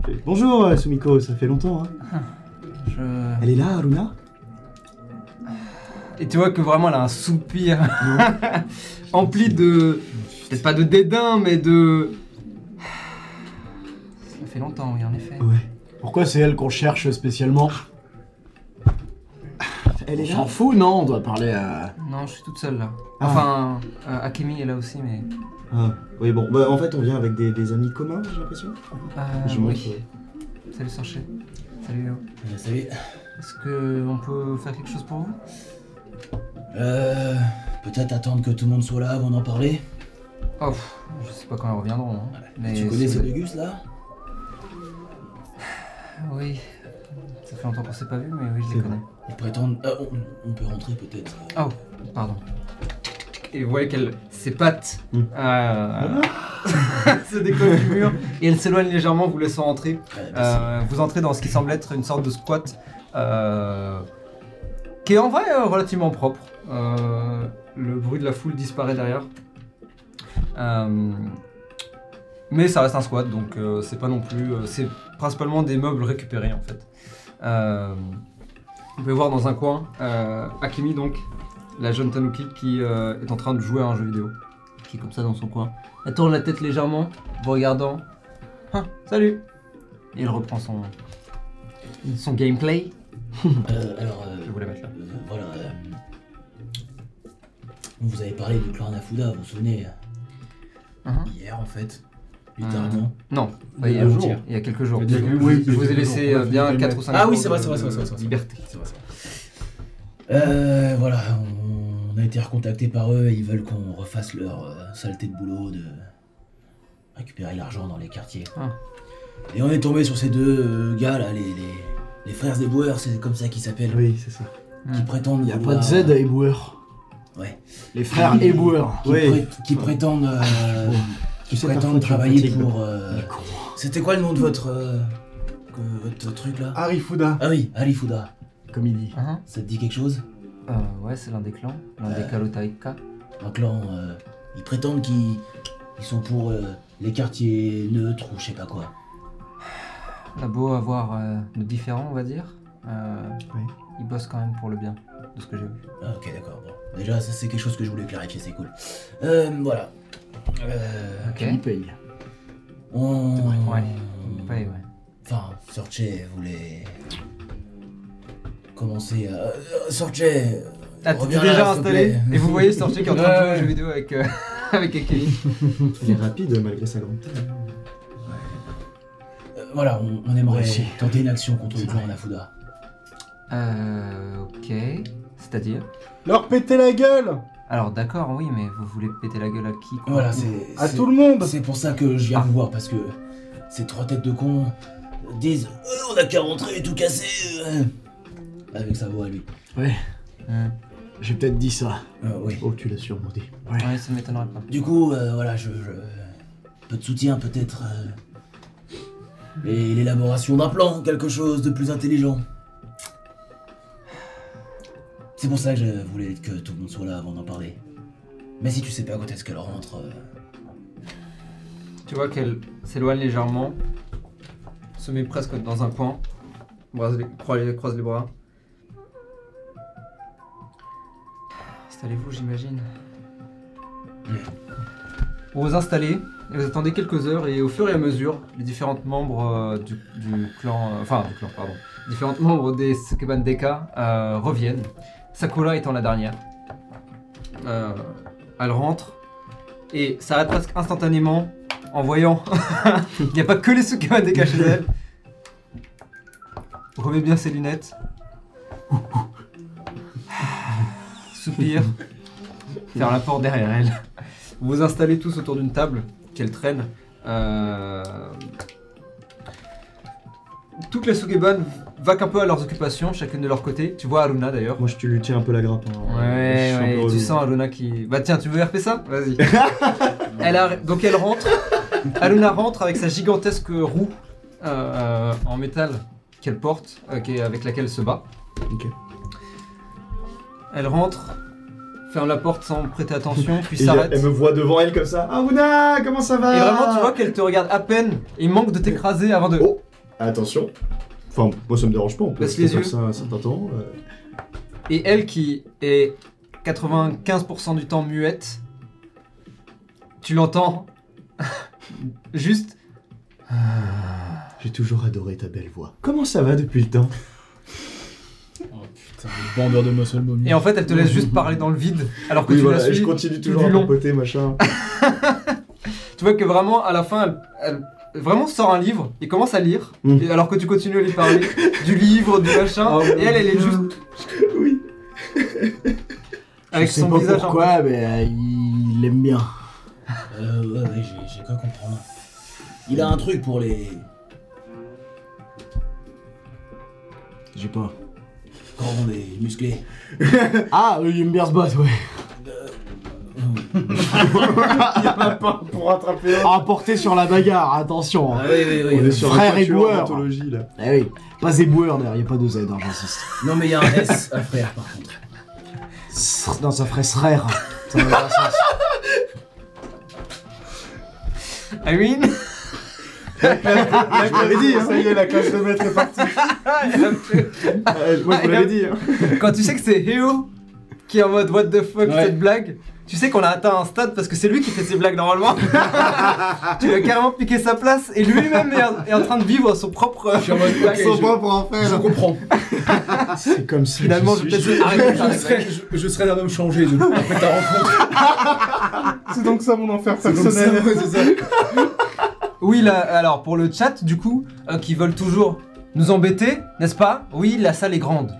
Speaker 7: Je fais, Bonjour, euh, Sumiko, ça fait longtemps. Hein.
Speaker 1: Je-
Speaker 7: Elle est là, Aruna
Speaker 1: Et tu vois que vraiment elle a un soupir empli de. Peut-être pas de dédain, mais de. Ça fait longtemps, oui, en effet.
Speaker 7: Ouais.
Speaker 5: Pourquoi c'est elle qu'on cherche spécialement Elle est J'en fous, non, on doit parler à.
Speaker 1: Non, je suis toute seule là. Enfin, euh, Akemi est là aussi, mais.
Speaker 7: Ah, oui, bon, bah, en fait, on vient avec des, des amis communs, j'ai l'impression.
Speaker 1: Euh,
Speaker 7: Je montre,
Speaker 1: oui. Salut Sorchet. Salut Léo.
Speaker 6: Euh, salut.
Speaker 1: Est-ce qu'on peut faire quelque chose pour vous
Speaker 6: Euh, Peut-être attendre que tout le monde soit là avant d'en parler.
Speaker 1: Oh, pff, je sais pas quand ils reviendront. hein. Mais
Speaker 6: tu connais
Speaker 1: si
Speaker 6: ce
Speaker 1: vous-
Speaker 6: Légus là
Speaker 1: Ah Oui. Ça fait longtemps qu'on s'est pas vu, mais oui, je
Speaker 7: C'est
Speaker 1: les connais.
Speaker 6: Ils prétendent. Ah, on, on peut rentrer peut-être. euh,
Speaker 1: Oh, pardon. Et vous voyez qu'elle s'épate
Speaker 7: Mm.
Speaker 1: euh, se décolle du mur et elle s'éloigne légèrement, vous laissant entrer.
Speaker 6: Ouais, bah, c'est-
Speaker 1: Euh, vous entrez dans ce qui semble être une sorte de squat euh, qui est en vrai euh, relativement propre. Euh, le bruit de la foule disparaît derrière. Euh, mais ça reste un squat, donc euh, c'est pas non plus. euh, c'est principalement des meubles récupérés en fait. Euh, vous pouvez voir dans un coin euh, Akemi, donc la jeune Tanuki qui euh, est en train de jouer à un jeu vidéo. Qui est comme ça dans son coin. Elle tourne la tête légèrement, vous regardant. Ah, salut et il reprend son, son gameplay.
Speaker 6: euh, alors, euh,
Speaker 1: Je voulais mettre là.
Speaker 6: euh, voilà. euh, on vous avait parlé du clan Nafuda, vous vous souvenez euh,
Speaker 1: Mhm.
Speaker 6: Hier en fait,
Speaker 1: Hmm.
Speaker 6: littéralement.
Speaker 1: Non, bah, il, y a,
Speaker 2: Un jour.
Speaker 1: il y a quelques jours.
Speaker 2: Il y a quelques-
Speaker 1: Oui,
Speaker 2: oui,
Speaker 1: je vous ai
Speaker 2: quelques
Speaker 1: laissé
Speaker 2: jours.
Speaker 1: euh, bien 4 ou 5
Speaker 2: Ah oui, c'est vrai, c'est vrai, c'est vrai, c'est vrai, c'est vrai.
Speaker 1: Liberté.
Speaker 2: C'est vrai, c'est vrai.
Speaker 6: Euh, voilà, on, on a été recontacté par eux et ils veulent qu'on refasse leur euh, saleté de boulot de récupérer l'argent dans les quartiers.
Speaker 1: Ah.
Speaker 6: Et on est tombé sur ces deux euh, gars là, les, les, les frères des boueurs, c'est comme ça qu'ils s'appellent,
Speaker 7: Oui, c'est ça.
Speaker 6: qui prétendent.
Speaker 5: Il y a pas
Speaker 6: vouloir, euh,
Speaker 5: de Z à Eboueur.
Speaker 6: Ouais.
Speaker 5: Les frères Eboueur.
Speaker 6: Qui,
Speaker 7: Ouais.
Speaker 6: pré- qui prétendent. euh, qui
Speaker 7: sais,
Speaker 6: prétendent
Speaker 7: parfois, tu
Speaker 6: travailler
Speaker 7: fatigues.
Speaker 6: pour. euh, C'était quoi le nom de votre. euh, que- votre truc là
Speaker 5: Arifouda,
Speaker 6: Ah oui, Alifuda.
Speaker 5: comme il dit.
Speaker 1: Hein
Speaker 6: Ça te dit quelque chose
Speaker 1: Euh, ouais, c'est l'un des clans, l'un des Kalotaika.
Speaker 6: un clan, euh, ils prétendent qu'ils ils sont pour euh, les quartiers neutres ou je sais pas quoi.
Speaker 1: On a beau avoir euh, nos différents, on va dire. euh,
Speaker 7: Oui.
Speaker 1: Ils bossent quand même pour le bien, de ce que j'ai vu.
Speaker 6: Ah, ok, d'accord. Bon. Déjà, ça c'est quelque chose que je voulais clarifier, c'est cool. Euh, voilà. Euh,
Speaker 1: Ok.
Speaker 5: Il paye.
Speaker 6: on.
Speaker 1: Ouais, ouais, ouais.
Speaker 6: Enfin, Sorche voulait. Commencer à. Euh, Sorche euh,
Speaker 1: Ah, t'es
Speaker 6: reviens
Speaker 1: déjà
Speaker 6: là, s'il te
Speaker 1: installé
Speaker 6: plaît.
Speaker 1: Et vous voyez Sorche qui est en train de jouer
Speaker 2: Ouais,
Speaker 1: aux
Speaker 2: ouais.
Speaker 1: jeux vidéo avec, euh, avec Akemi.
Speaker 7: Il est rapide malgré sa grande taille.
Speaker 6: Euh, voilà, on, on aimerait
Speaker 5: Ouais, si.
Speaker 6: tenter une action contre le
Speaker 5: C'est
Speaker 6: clan
Speaker 5: vrai.
Speaker 6: Anafuda.
Speaker 1: Euh, ok. C'est-à-dire
Speaker 3: Leur péter la gueule
Speaker 1: Alors d'accord, oui, mais vous voulez péter la gueule à qui quoi
Speaker 6: Voilà, c'est.
Speaker 3: à
Speaker 6: c'est-
Speaker 3: tout le monde.
Speaker 6: Bah, C'est pour ça que je viens vous voir, parce que ces trois têtes de cons disent Euh, On a qu'à rentrer et tout casser euh. Avec sa voix à lui.
Speaker 1: Hmm.
Speaker 5: J'ai peut-être dit ça.
Speaker 6: Euh, oui.
Speaker 7: Oh, tu l'as sûrement dit.
Speaker 1: Ouais, ça m'étonnerait pas.
Speaker 6: Du coup, euh, voilà, je. je- Peu de soutien, peut-être. euh, et l'élaboration d'un plan, quelque chose de plus intelligent. C'est pour ça que je voulais que tout le monde soit là avant d'en parler. Mais si tu sais pas quand est-ce qu'elle rentre. euh,
Speaker 1: Tu vois qu'elle s'éloigne légèrement, se met presque dans un coin, croise les, croise les- croise les bras. Installez-vous, j'imagine. Vous vous installez et vous attendez quelques heures et au fur et à mesure, les différents membres euh, du, du clan, euh, enfin du clan, pardon, différents membres des Sekeban Deka euh, reviennent. Sakura étant la dernière. Euh, elle rentre et s'arrête presque instantanément en voyant il n'y a pas que les Sukeban Deka chez elle. Remet bien ses lunettes. Soupir. Faire la porte derrière elle. Vous vous installez tous autour d'une table qu'elle traîne. Euh, Toutes les Sukeban vaquent un peu à leurs occupations, chacune de leur côté. Tu vois Aruna d'ailleurs.
Speaker 7: Moi, je te lui tiens un peu la grappe. hein. Je
Speaker 1: Ouais,
Speaker 7: suis un peu
Speaker 1: ouais, tu
Speaker 7: relou.
Speaker 1: sens Aluna qui. Bah tiens, tu veux RP ça Vas-y. elle arri- Donc elle rentre. Aluna rentre avec sa gigantesque roue euh, euh, en métal qu'elle porte, euh, qui est- avec laquelle elle se bat.
Speaker 7: Ok.
Speaker 1: Elle rentre, ferme la porte sans prêter attention, puis
Speaker 7: Et il y a-
Speaker 1: s'arrête.
Speaker 7: elle me voit devant elle comme ça. Ah, Ouna, comment ça va
Speaker 1: Et vraiment, tu vois qu'elle te regarde à peine et manque de t'écraser avant de.
Speaker 7: Oh. Attention. Enfin, moi, ça me dérange pas. On peut
Speaker 1: Baisse
Speaker 7: rester
Speaker 1: les
Speaker 7: comme
Speaker 1: yeux.
Speaker 7: ça un certain temps. euh.
Speaker 1: Et elle qui est 95% du temps muette, tu l'entends juste
Speaker 7: J'ai toujours adoré ta belle voix. Comment ça va depuis le temps
Speaker 2: Oh putain, le bandeur de muscle momie.
Speaker 1: Et en fait, elle te laisse juste parler dans le vide, alors que
Speaker 7: Oui,
Speaker 1: tu
Speaker 7: voilà,
Speaker 1: la
Speaker 7: et je
Speaker 1: suis.
Speaker 7: continue toujours à
Speaker 1: du long.
Speaker 7: tapoter, machin.
Speaker 1: Tu vois que vraiment, à la fin, elle, elle vraiment sort un livre et commence à lire,
Speaker 7: Mm. Ah,
Speaker 1: et alors que tu continues à lui parler du livre, du machin, et elle, elle est juste.
Speaker 7: Oui.
Speaker 1: Avec
Speaker 5: je sais
Speaker 1: son
Speaker 5: pas
Speaker 1: visage en
Speaker 5: pourquoi, mais euh, il l'aime bien.
Speaker 6: Euh, ouais, ouais, j'ai- j'ai cru comprendre. Il a un truc pour les.
Speaker 5: J'ai pas.
Speaker 6: Quand on est musclé.
Speaker 5: Ah, le Yumbers Boss, ouais.
Speaker 3: Pour rattraper un.
Speaker 5: À porter Ah, sur la bagarre, attention. hein.
Speaker 6: oui, oui,
Speaker 7: On est sur
Speaker 5: Frère
Speaker 7: un quatuor
Speaker 5: éboueur.
Speaker 7: d'anthologie, là.
Speaker 5: Eh oui, pas éboueur d'ailleurs, y a pas de Z, hein, j'insiste.
Speaker 6: Non, mais il y a un S à frère par contre.
Speaker 5: Sr- Non, ça ferait srère. Ça n'a pas de sens.
Speaker 1: Irene,
Speaker 3: Ah,
Speaker 7: Je vous l'avais dit, hein.
Speaker 3: Ça y est, la classe de maître est partie.
Speaker 1: elle a fait-
Speaker 7: Euh, Moi, je vous l'avais dit. hein.
Speaker 1: quand tu sais que c'est Heo qui est en mode What the fuck
Speaker 2: Ouais.
Speaker 1: cette blague, tu sais qu'on a atteint un stade parce que c'est lui qui fait ses blagues normalement. tu lui as carrément piqué sa place et lui-même est, en- est en train de vivre son propre.
Speaker 2: Je suis en mode, ok,
Speaker 5: Son
Speaker 2: je-
Speaker 5: propre
Speaker 2: je,
Speaker 5: enfer.
Speaker 2: comprends.
Speaker 7: C'est comme si.
Speaker 1: Finalement, je
Speaker 7: je
Speaker 1: vais
Speaker 7: suis-
Speaker 1: peut-être
Speaker 2: Je,
Speaker 1: arrêter.
Speaker 2: serais, je, je serais un homme changé de, après ta rencontre.
Speaker 3: C'est donc ça mon enfer
Speaker 2: C'est comme ça,
Speaker 3: personnel.
Speaker 2: ouais, c'est ça.
Speaker 1: Oui, là, alors pour le chat, du coup, euh, qui veulent toujours nous embêter, n'est-ce pas Oui, la salle est grande.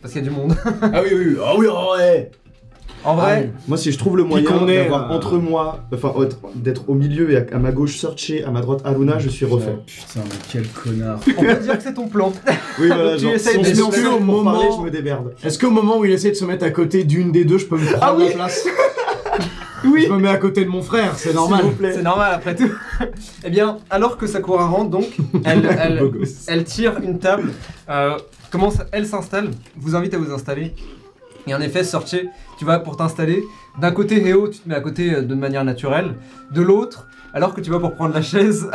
Speaker 1: Parce qu'il y a du monde.
Speaker 2: Ah oui, oui, oui. Ah oui, oh, ouais. Ah
Speaker 1: En vrai,
Speaker 7: Moi, si je trouve le moyen
Speaker 5: qu'on est,
Speaker 7: d'avoir
Speaker 5: euh,
Speaker 7: entre moi, enfin, autre- d'être au milieu et à, à ma gauche Searcher, à ma droite Aruna, je suis refait.
Speaker 2: Oh, putain, mais quel connard.
Speaker 1: on peut dire que c'est ton plan.
Speaker 7: Oui, voilà,
Speaker 1: Tu
Speaker 7: genre,
Speaker 1: essayes
Speaker 7: si on
Speaker 1: de
Speaker 7: se
Speaker 5: nous
Speaker 7: met
Speaker 5: faire
Speaker 7: au
Speaker 5: pour
Speaker 7: moment
Speaker 5: parler,
Speaker 7: je
Speaker 5: je
Speaker 7: me
Speaker 5: me
Speaker 7: démerde.
Speaker 5: Est-ce qu'au moment où il essaie de se mettre à côté d'une des deux, je peux me prendre la place Oui Je me mets à côté de mon frère, c'est normal.
Speaker 1: C'est normal après tout. eh bien, alors que Sakura rentre, donc, elle, elle-
Speaker 7: Beau gosse.
Speaker 1: elle tire une table, euh, commence, elle s'installe, vous invite à vous installer. Et en effet, Sorche, tu vas pour t'installer. D'un côté, Héo, tu te mets à côté euh, de manière naturelle. De l'autre, alors que tu vas pour prendre la chaise,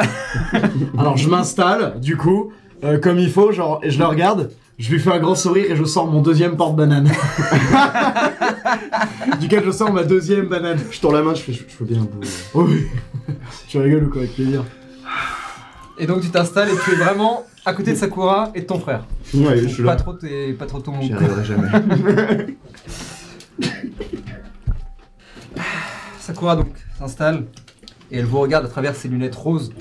Speaker 5: Alors je m'installe, du coup, euh, comme il faut, genre, et je le regarde, je lui fais un grand sourire et je sors mon deuxième porte-banane. Duquel je sors ma deuxième banane.
Speaker 7: Je tends la main, je fais, je, je veux bien un bout.
Speaker 5: Oh oui Tu rigoles ou quoi avec plaisir
Speaker 1: Et donc tu t'installes et tu es vraiment à côté de Sakura et de ton frère.
Speaker 7: Ouais, je
Speaker 1: Donc,
Speaker 7: suis
Speaker 1: pas
Speaker 7: là.
Speaker 1: trop tes, pas trop ton monde.
Speaker 7: J'y arriverai jamais.
Speaker 1: Sakura donc s'installe et elle vous regarde à travers ses lunettes roses.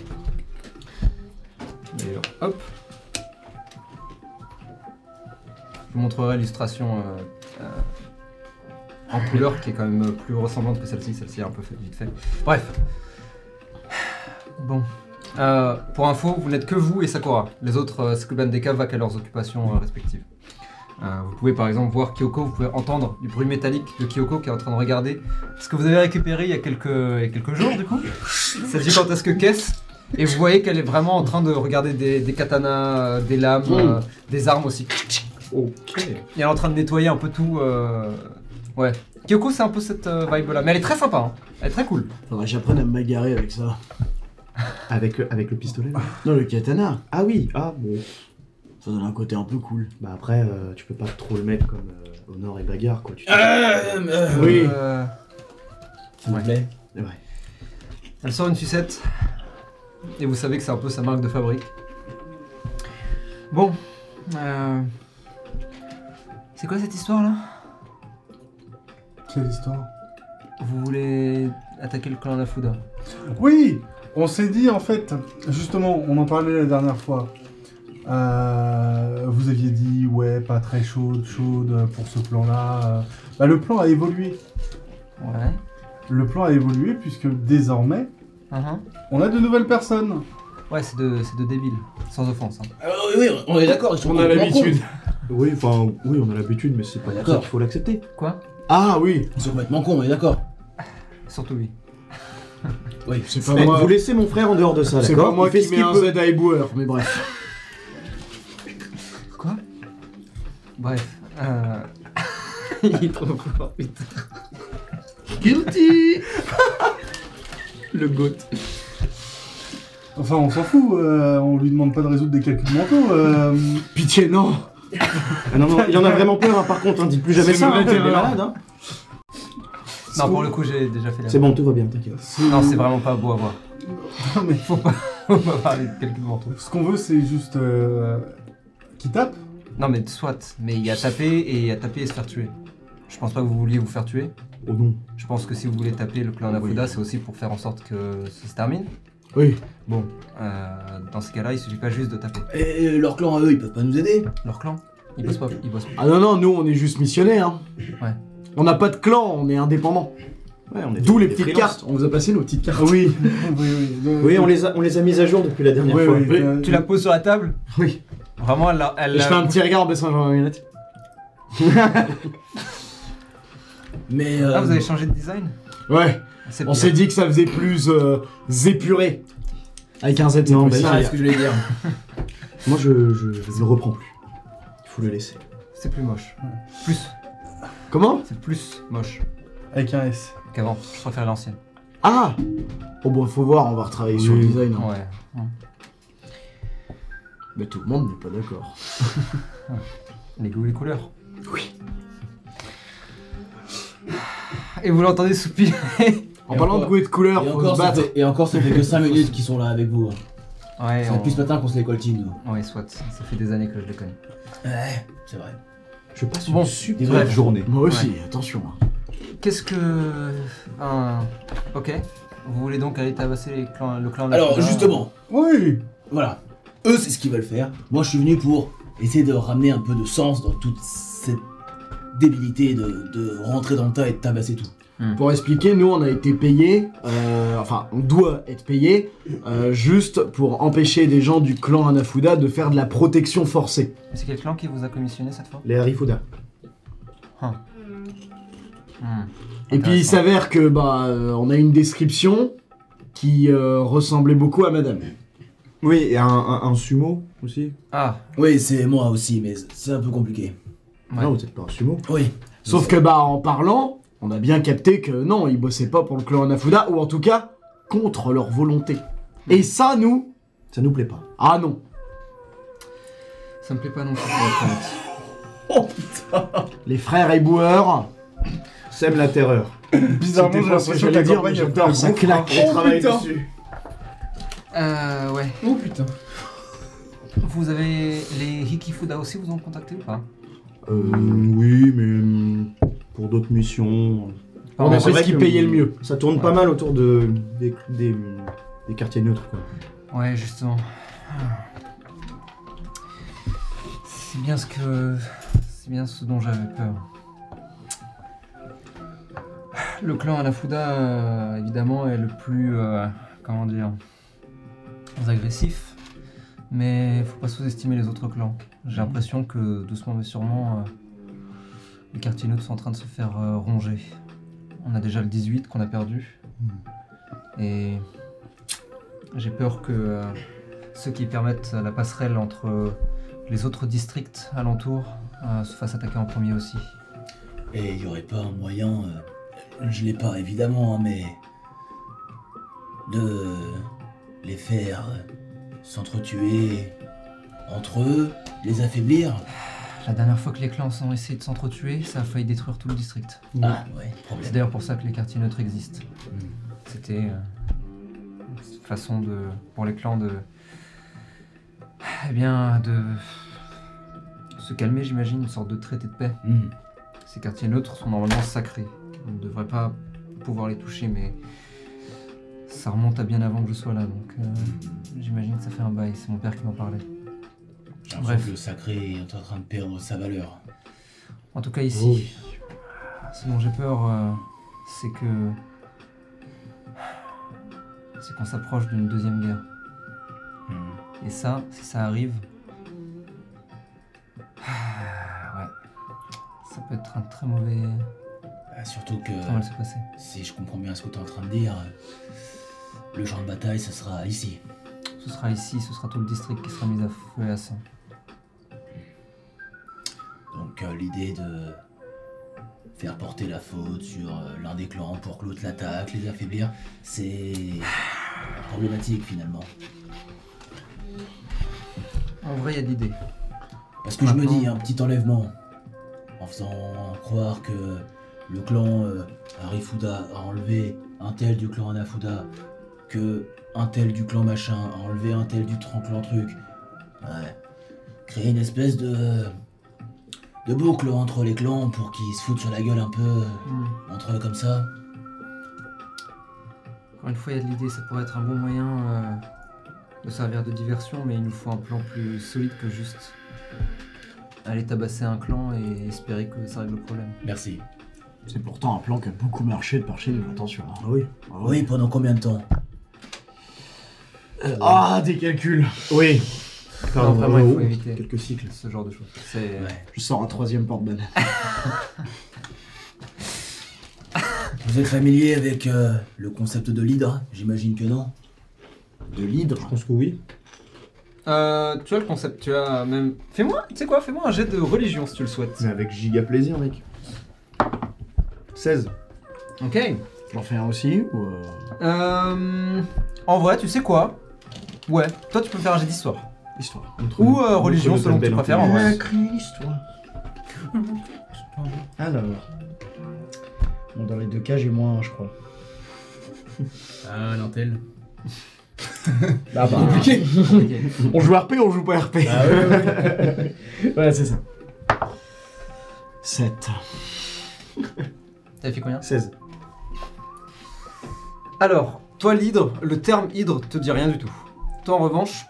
Speaker 1: D'ailleurs, hop. Je vous montrerai l'illustration euh, euh, en couleur qui est quand même plus ressemblante que celle-ci. Celle-ci est un peu faite vite fait. Bref. Bon. Euh, pour info, vous n'êtes que vous et Sakura. Les autres euh, Scuban Deka vaquent à leurs occupations euh, respectives. Euh, vous pouvez par exemple voir Kyoko, vous pouvez entendre du bruit métallique de Kyoko qui est en train de regarder ce que vous avez récupéré il y a quelques, il y a quelques jours, du coup, cette gigantesque caisse. Et vous voyez qu'elle est vraiment en train de regarder des, des katanas, euh, des lames, euh, des armes aussi.
Speaker 7: Ok.
Speaker 1: Et elle est en train de nettoyer un peu tout. euh, Ouais. Kyoko, c'est un peu cette vibe là. Mais elle est très sympa, hein. elle est très cool.
Speaker 5: Faudrait que j'apprenne à me bagarrer avec ça.
Speaker 7: Avec, euh, avec le pistolet là.
Speaker 5: Non, le katana,
Speaker 7: Ah oui, ah bon.
Speaker 5: ça donne un côté un peu cool.
Speaker 7: Bah après, euh, tu peux pas trop le mettre comme euh, Honor et Bagarre quoi. Tu te-
Speaker 6: Euh, euh,
Speaker 5: Oui.
Speaker 1: Euh,
Speaker 6: S'il vous plaît.
Speaker 1: elle sort une sucette. Et vous savez que c'est un peu sa marque de fabrique. Bon. euh, C'est quoi cette histoire là
Speaker 5: Quelle histoire
Speaker 1: Vous voulez attaquer le clan Nafuda
Speaker 3: Oui, on s'est dit en fait, justement, on en parlait la dernière fois. Euh, vous aviez dit ouais, pas très chaude, chaude euh, pour ce plan-là. Bah, le plan a évolué.
Speaker 1: Ouais.
Speaker 3: Le plan a évolué puisque désormais,
Speaker 1: Mhm.
Speaker 3: on a de nouvelles personnes.
Speaker 1: Ouais, c'est de, c'est de débiles, sans offense. hein.
Speaker 6: Ah oui, oui, on est d'accord, ils sont
Speaker 7: On a
Speaker 6: complètement
Speaker 7: l'habitude.
Speaker 6: cons.
Speaker 7: Oui, enfin, oui, on a l'habitude, mais c'est pas pour ça
Speaker 6: D'accord.
Speaker 7: qu'il faut l'accepter.
Speaker 1: Quoi
Speaker 5: Ah oui
Speaker 6: Ils sont complètement cons, on est d'accord.
Speaker 1: Surtout lui.
Speaker 6: Oui,
Speaker 5: C'est pas
Speaker 7: Eh,
Speaker 5: moi,
Speaker 7: Vous laissez mon frère en dehors de ça,
Speaker 5: c'est
Speaker 7: d'accord
Speaker 5: pas moi
Speaker 7: Il fait
Speaker 5: qui
Speaker 7: ce
Speaker 5: mets
Speaker 7: qu'il
Speaker 5: un
Speaker 7: peut.
Speaker 5: Z à éboueur, mais bref.
Speaker 1: Quoi Bref. Euh... Il est trop fort, putain.
Speaker 5: Guilty
Speaker 1: Le goat.
Speaker 3: Enfin, on s'en fout, euh, on lui demande pas de résoudre des calculs mentaux. euh,
Speaker 5: Pitié, non
Speaker 7: Ah non, non, il en a vraiment peur, hein, par contre, hein, dites plus jamais
Speaker 5: C'est
Speaker 7: ça,
Speaker 5: mauvais
Speaker 7: hein, il est
Speaker 5: terrain.
Speaker 7: malade. Hein.
Speaker 1: Non, pour le coup, j'ai déjà fait la.
Speaker 7: C'est bon, tout va bien, t'inquiète.
Speaker 1: Non, c'est vraiment pas beau à voir.
Speaker 3: Non, mais
Speaker 1: Faut pas, faut pas parler de quelques mentaux.
Speaker 3: ce qu'on veut, c'est juste euh, qu'il tape.
Speaker 1: Non, mais soit. Mais il a tapé et à taper et se faire tuer. Je pense pas que vous vouliez vous faire tuer.
Speaker 7: Oh non.
Speaker 1: Je pense que si vous voulez taper le clan Nafuda, c'est aussi pour faire en sorte que ça se termine.
Speaker 7: Oui.
Speaker 1: Bon, euh, dans ce cas-là, il suffit pas juste de taper.
Speaker 6: Et leur clan à eux, ils peuvent pas nous aider.
Speaker 1: Leur clan, ils bossent pas. Ils bossent pas.
Speaker 5: Ah non, non, nous on est juste missionnaires. hein.
Speaker 1: Ouais.
Speaker 5: On n'a pas de clan, on est indépendant.
Speaker 7: Ouais, on est
Speaker 5: D'où
Speaker 7: des-
Speaker 5: les
Speaker 7: des
Speaker 5: petites
Speaker 7: freelances.
Speaker 5: cartes. On vous a passé nos petites cartes.
Speaker 7: Oui,
Speaker 3: oui, oui.
Speaker 7: oui, on les a, on les a mises à jour depuis la dernière
Speaker 5: Oui,
Speaker 7: fois.
Speaker 5: oui,
Speaker 7: Oui.
Speaker 3: euh,
Speaker 1: Tu la poses sur la table
Speaker 5: Oui.
Speaker 1: Vraiment, elle, l'a- elle Ah,
Speaker 5: Et je
Speaker 1: l'a-
Speaker 5: fais un petit regard en baissant genre mes lunettes.
Speaker 6: Mais euh,
Speaker 1: Ah, vous avez changé de design
Speaker 5: Ouais.
Speaker 1: C'est
Speaker 5: On
Speaker 1: bien.
Speaker 5: s'est dit que ça faisait plus euh, épuré. Avec un Z, c'est
Speaker 7: Non,
Speaker 5: plus
Speaker 7: bah,
Speaker 5: ça.
Speaker 2: Ah, c'est ce que je voulais dire.
Speaker 7: Moi, je, je, je le reprends plus. Il faut le laisser.
Speaker 1: C'est plus moche. Plus.
Speaker 5: Comment
Speaker 1: C'est plus moche
Speaker 3: Avec un S.
Speaker 1: qu'avant. Je préfère l'ancienne.
Speaker 5: Ah Bon, bon, faut voir, on va retravailler sur le
Speaker 7: Oui.
Speaker 5: design. hein.
Speaker 1: Ouais.
Speaker 5: Mais tout le monde n'est pas d'accord.
Speaker 1: Les goûts et les couleurs. Oui. Et vous l'entendez soupirer.
Speaker 5: En
Speaker 2: Et
Speaker 5: parlant
Speaker 2: encore-
Speaker 5: de goût et de couleur,
Speaker 6: et
Speaker 5: faut se
Speaker 6: encore, ça
Speaker 5: battre.
Speaker 6: fait, et encore, ça fait que 5 minutes qu'ils sont là avec vous. hein.
Speaker 1: Ouais,
Speaker 6: Ça fait
Speaker 1: on...
Speaker 6: depuis ce matin qu'on se les coltine, nous.
Speaker 1: ouais, soit. Ça fait des années que je les connais.
Speaker 6: Ouais, c'est vrai.
Speaker 7: Je passe
Speaker 1: Bon,
Speaker 7: une super
Speaker 1: bref.
Speaker 7: journée.
Speaker 5: Moi aussi, attention. hein.
Speaker 1: Qu'est-ce que. Un... Ok. Vous voulez donc aller tabasser les clans, le clan de la
Speaker 6: Alors,
Speaker 1: Fouda
Speaker 6: justement,
Speaker 3: Oui
Speaker 6: voilà. Eux, c'est ce qu'ils veulent faire. Moi, je suis venu pour essayer de ramener un peu de sens dans toute cette débilité de, de rentrer dans le tas et de tabasser tout.
Speaker 5: Pour expliquer, nous on a été payés, euh, enfin on doit être payé, euh, juste pour empêcher des gens du clan Anafuda de faire de la protection forcée.
Speaker 1: Mais euh, C'est quel clan qui vous a commissionné cette fois
Speaker 7: Les Harifuda.
Speaker 1: Hmm.
Speaker 5: Et puis il
Speaker 1: Intéressant.
Speaker 5: s'avère que bah euh, on a une description qui euh, ressemblait beaucoup à Madame.
Speaker 7: Oui, et un, un, un sumo aussi.
Speaker 1: Ah,
Speaker 6: Oui, c'est moi aussi, mais c'est un peu compliqué.
Speaker 1: Ouais.
Speaker 7: Non, vous êtes pas un sumo.
Speaker 6: Oui.
Speaker 5: Sauf que bah en parlant, on a bien capté que non, ils bossaient pas pour le clan Anafuda ou en tout cas contre leur volonté. Et ça nous,
Speaker 7: Ça nous plaît pas.
Speaker 5: ah non.
Speaker 1: ça me plaît pas non plus. pour être honnête.
Speaker 5: Les frères éboueurs,
Speaker 7: Sème la terreur.
Speaker 3: Bizarrement, j'ai
Speaker 7: C'était pas ce
Speaker 3: l'impression que la
Speaker 7: j'allais dire,
Speaker 3: campagne
Speaker 7: mais
Speaker 3: a
Speaker 7: j'adore,
Speaker 3: pris un
Speaker 7: ça
Speaker 3: gros
Speaker 7: claque.
Speaker 3: crack.
Speaker 7: on travaille
Speaker 3: putain.
Speaker 7: dessus.
Speaker 1: Euh, ouais.
Speaker 3: Oh putain
Speaker 1: Vous avez. Les Hikifuda aussi vous ont contacté ou pas
Speaker 7: Euh, oui, mais euh, pour d'autres missions.
Speaker 5: on a
Speaker 7: c'est
Speaker 5: pris ce
Speaker 7: vrai
Speaker 5: qui
Speaker 7: que- mm,
Speaker 5: payait le mieux.
Speaker 7: Ça tourne pas mal autour de des, des, des quartiers neutres, quoi.
Speaker 1: Ouais, justement. C'est bien ce que. C'est bien ce dont j'avais peur. Le clan Anafuda, euh, évidemment, est le plus. euh, comment dire. agressif. Mais faut pas sous-estimer les autres clans. J'ai l'impression que doucement mais sûrement, euh, les quartiers neutres sont en train de se faire euh, ronger. On a déjà le 18 qu'on a perdu. Et j'ai peur que euh, ceux qui permettent la passerelle entre euh, les autres districts alentours euh, se fassent attaquer en premier aussi.
Speaker 6: Et il y aurait pas un moyen, euh, je l'ai pas évidemment, hein, mais de les faire s'entretuer entre eux, les affaiblir.
Speaker 1: La dernière fois que les clans ont essayé de s'entretuer, ça a failli détruire tout le district.
Speaker 6: Ah ouais,
Speaker 1: C'est
Speaker 6: problème.
Speaker 1: d'ailleurs pour ça que les quartiers neutres existent. C'était euh, une façon de, pour les clans de, eh bien, de se calmer, j'imagine, une sorte de traité de paix.
Speaker 6: Hmm.
Speaker 1: Ces quartiers neutres sont normalement sacrés. On ne devrait pas pouvoir les toucher, mais ça remonte à bien avant que je sois là, donc euh, j'imagine que ça fait un bail. C'est mon père qui m'en parlait.
Speaker 6: J'ai l'impression
Speaker 1: Bref.
Speaker 6: que le sacré est en train de perdre sa valeur.
Speaker 1: En tout cas,
Speaker 7: Oh.
Speaker 1: ici, ah, ce dont j'ai peur, euh, c'est que. C'est qu'on s'approche d'une deuxième guerre.
Speaker 6: Hmm.
Speaker 1: Et ça, si ça arrive. ah, Ouais. Ça peut être un très mauvais.
Speaker 6: Bah, surtout que,
Speaker 1: Très mal se passer.
Speaker 6: si je comprends bien ce que tu es en train de dire, euh, le champ de bataille, ce sera ici.
Speaker 1: Ce sera ici, ce sera tout le district qui sera mis à feu et à sang.
Speaker 6: Donc euh, l'idée de faire porter la faute sur euh, l'un des clans pour que l'autre l'attaque, les affaiblir, c'est problématique finalement.
Speaker 1: En vrai, il y a de l'idée.
Speaker 6: Parce que je me dis, un petit enlèvement, en faisant croire que le clan euh, Harifuda a enlevé un tel du clan Anafuda, que un tel du clan machin a enlevé un tel du tran- clan truc. Ouais. Créer une espèce de de boucle entre les clans pour qu'ils se foutent sur la gueule un peu euh,
Speaker 8: Hmm.
Speaker 6: entre eux comme ça.
Speaker 8: Encore une fois, il y a de l'idée, ça pourrait être un bon moyen euh, de servir de diversion, mais il nous faut un plan plus solide que juste aller tabasser un clan et espérer que ça règle le problème.
Speaker 6: Merci.
Speaker 5: C'est pourtant un plan qui a beaucoup marché de par chez nous, attention. hein.
Speaker 7: Ah oui.
Speaker 5: Ah
Speaker 6: Oui, pendant combien de temps
Speaker 5: Ah, des calculs Oui,
Speaker 7: Pardon,
Speaker 8: Non, vraiment, il faut
Speaker 7: oh,
Speaker 8: éviter
Speaker 7: Quelques cycles.
Speaker 8: ce genre de choses. C'est
Speaker 6: Ouais.
Speaker 5: je sors un troisième porte-bonne.
Speaker 6: Vous êtes familier avec euh, le concept de l'hydre J'imagine que non.
Speaker 5: De l'hydre
Speaker 7: Je pense que oui.
Speaker 1: Euh, tu as le concept, tu as même. Fais-moi, tu sais quoi, fais-moi un jet de religion si tu le souhaites.
Speaker 7: Mais avec giga plaisir, mec. 16.
Speaker 1: Ok.
Speaker 5: J'en fais un aussi ou euh,
Speaker 1: Euh, en vrai, tu sais quoi Ouais, toi tu peux faire un jet d'histoire.
Speaker 5: histoire Ah
Speaker 1: Ou euh, religion
Speaker 7: Entre
Speaker 1: selon
Speaker 7: nos
Speaker 1: tes
Speaker 7: belles
Speaker 1: préférences.
Speaker 7: intelligences.
Speaker 1: Ouais.
Speaker 7: Alors.
Speaker 5: Bon, Dans les deux cas, j'ai moins un, je crois.
Speaker 2: Ah, l'intel.
Speaker 5: Bah, bah,
Speaker 2: compliqué.
Speaker 5: on joue RP, on joue pas RP. ouais, c'est ça. 7.
Speaker 8: T'as fait combien
Speaker 7: 16.
Speaker 1: Alors, toi l'hydre, le terme hydre te dit rien du tout. Toi en revanche,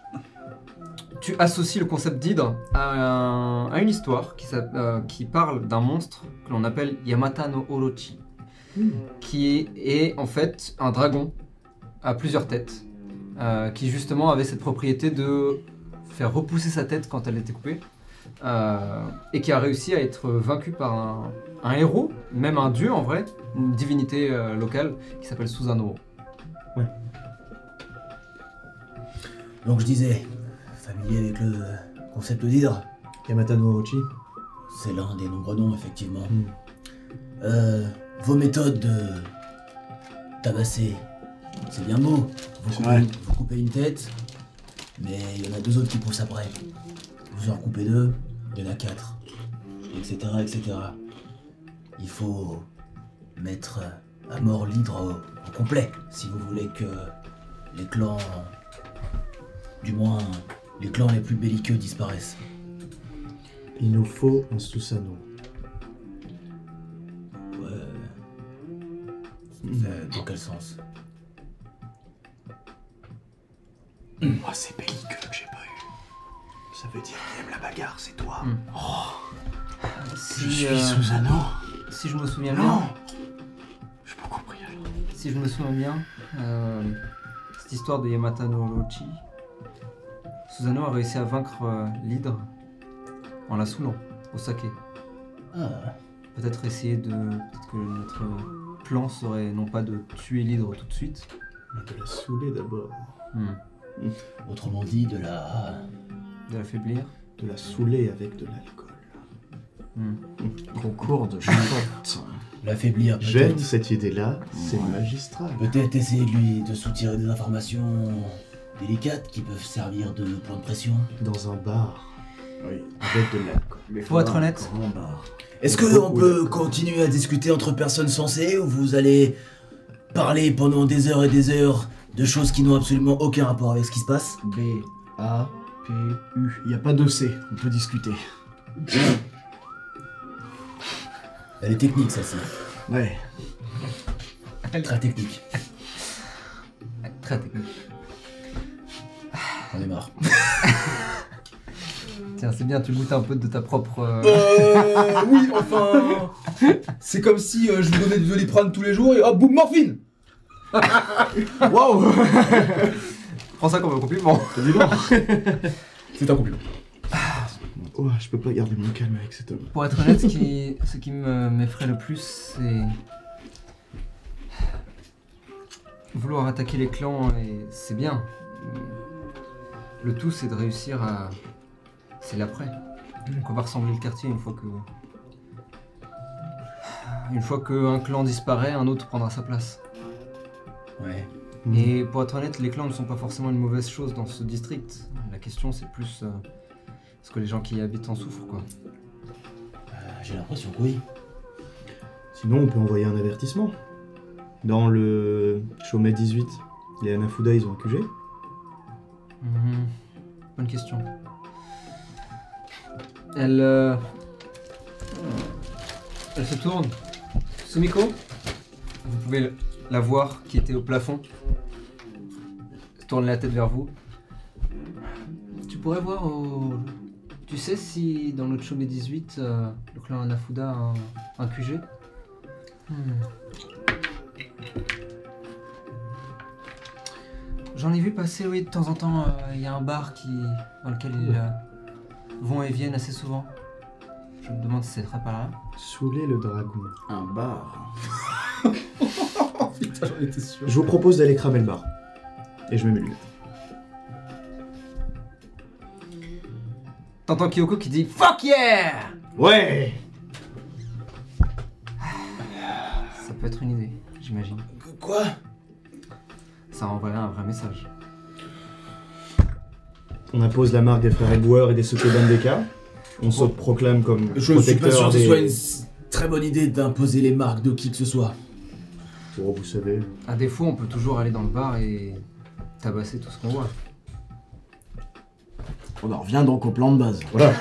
Speaker 1: tu associes le concept d'hydre à, un- à une histoire qui, s'app- euh, qui parle d'un monstre que l'on appelle Yamata no Orochi, qui est, est en fait un dragon à plusieurs têtes, euh, qui justement avait cette propriété de faire repousser sa tête quand elle était coupée, euh, et qui a réussi à être vaincu par un, un héros, même un dieu en vrai, une divinité euh, locale qui s'appelle Susanoo.
Speaker 6: Donc je disais, familier avec le concept d'hydre
Speaker 7: Yamata no Orochi.
Speaker 6: C'est l'un des nombreux noms, effectivement.
Speaker 7: Mm.
Speaker 6: Euh, vos méthodes de tabasser, c'est bien beau. Vous coupez,
Speaker 5: vrai.
Speaker 6: vous coupez une tête, mais il y en a deux autres qui poussent après. Vous en coupez deux, il y en a quatre, etc., etc. Il faut mettre euh, à mort l'hydre au, au complet si vous voulez que les clans, du moins les clans les plus belliqueux disparaissent.
Speaker 7: Il nous faut un Susanoo.
Speaker 6: Ouais. Euh, dans quel sens
Speaker 7: Oh, c'est belliqueux que j'ai pas eu. Ça veut dire qu'il aime la bagarre, c'est toi.
Speaker 8: si,
Speaker 7: Je suis
Speaker 8: euh,
Speaker 7: Susanoo.
Speaker 8: si je me souviens
Speaker 7: Non
Speaker 8: bien,
Speaker 7: J'ai pas compris alors.
Speaker 8: si je me souviens bien, euh, cette histoire de Yamata no Orochi, Susano a réussi à vaincre euh, l'hydre en la saoulant au saké.
Speaker 6: Ah,
Speaker 8: Peut-être essayer de. Peut-être que notre plan serait non pas de tuer l'hydre tout de suite.
Speaker 7: On te l'a saoulé d'abord.
Speaker 6: autrement dit, de la.
Speaker 8: de l'affaiblir.
Speaker 7: De la saouler avec de l'alcool.
Speaker 5: Concours de chantant.
Speaker 6: L'affaiblir,
Speaker 7: J'aime
Speaker 6: peut-être.
Speaker 7: cette idée-là, c'est magistral.
Speaker 6: Peut-être essayer de lui de soutirer des informations délicates qui peuvent servir de point de pression.
Speaker 7: Dans un bar. Avec de l'alcool.
Speaker 8: Faut être honnête.
Speaker 2: bah.
Speaker 6: Est-ce que on peut continuer à discuter entre personnes sensées ou vous allez parler pendant des heures et des heures de choses qui n'ont absolument aucun rapport avec ce qui se passe
Speaker 5: B, A, P, U. Il n'y a pas de C, on peut discuter.
Speaker 6: Elle est technique, ça, c'est.
Speaker 5: Ouais.
Speaker 6: Très technique.
Speaker 8: Très technique.
Speaker 6: J'en ai marre.
Speaker 8: Tiens, c'est bien, tu goûtes un peu de ta propre. euh,
Speaker 2: Euh, oui, enfin. C'est comme si euh, je vous donnais du doliprane tous les jours et hop, boum, morphine
Speaker 5: Waouh
Speaker 1: Prends ça comme un compliment.
Speaker 2: C'est un compliment.
Speaker 7: Oh, je peux pas garder mon calme avec cet homme.
Speaker 8: Pour être honnête, ce qui, ce qui me- m'effraie le plus, c'est. Vouloir attaquer les clans, et c'est bien. Le tout, c'est de réussir à. C'est l'après. Donc on va ressembler le quartier une fois que. Une fois qu'un clan disparaît, un autre prendra sa place.
Speaker 6: Ouais.
Speaker 8: Et pour être honnête, les clans ne sont pas forcément une mauvaise chose dans ce district. La question, c'est plus. euh, Est-ce que les gens qui y habitent en souffrent, quoi
Speaker 6: Ah, J'ai l'impression que oui.
Speaker 7: Sinon, on peut envoyer un avertissement. Dans le Chômet 18, les Anafuda, ils ont un QG.
Speaker 8: Mhm. Bonne question. Elle. euh,
Speaker 9: Elle se tourne. Sumiko, vous pouvez le- la voir qui était au plafond. Elle Tourne la tête vers vous.
Speaker 1: Tu pourrais voir au. Tu sais si dans le Chobe 18, euh, le clan Anafuda a un, un QG Hmm. J'en ai vu passer, oui, de temps en temps, euh, il y a un bar qui, dans lequel ils euh, vont et viennent assez souvent. Je me demande si c'est pas par là.
Speaker 7: Saouler le dragon.
Speaker 5: Un bar.
Speaker 10: Putain, j'en étais sûr.
Speaker 7: Je vous propose d'aller cramer le bar. Et je mets mes lunettes.
Speaker 9: T'entends Kyoko qui dit Fuck yeah
Speaker 7: Ouais
Speaker 1: Ça peut être une idée, j'imagine.
Speaker 10: Quoi
Speaker 1: Ça envoie un vrai message.
Speaker 7: On impose la marque des frères éboueurs et des Sokoban des cas. On se proclame comme
Speaker 6: Je ne suis pas sûr
Speaker 7: protecteur
Speaker 6: que ce
Speaker 7: des...
Speaker 6: soit une s- très bonne idée d'imposer les marques de qui que ce soit.
Speaker 7: Oh, vous savez.
Speaker 1: À défaut, on peut toujours aller dans le bar et tabasser tout ce qu'on voit.
Speaker 5: On en revient donc au plan de base.
Speaker 7: Voilà.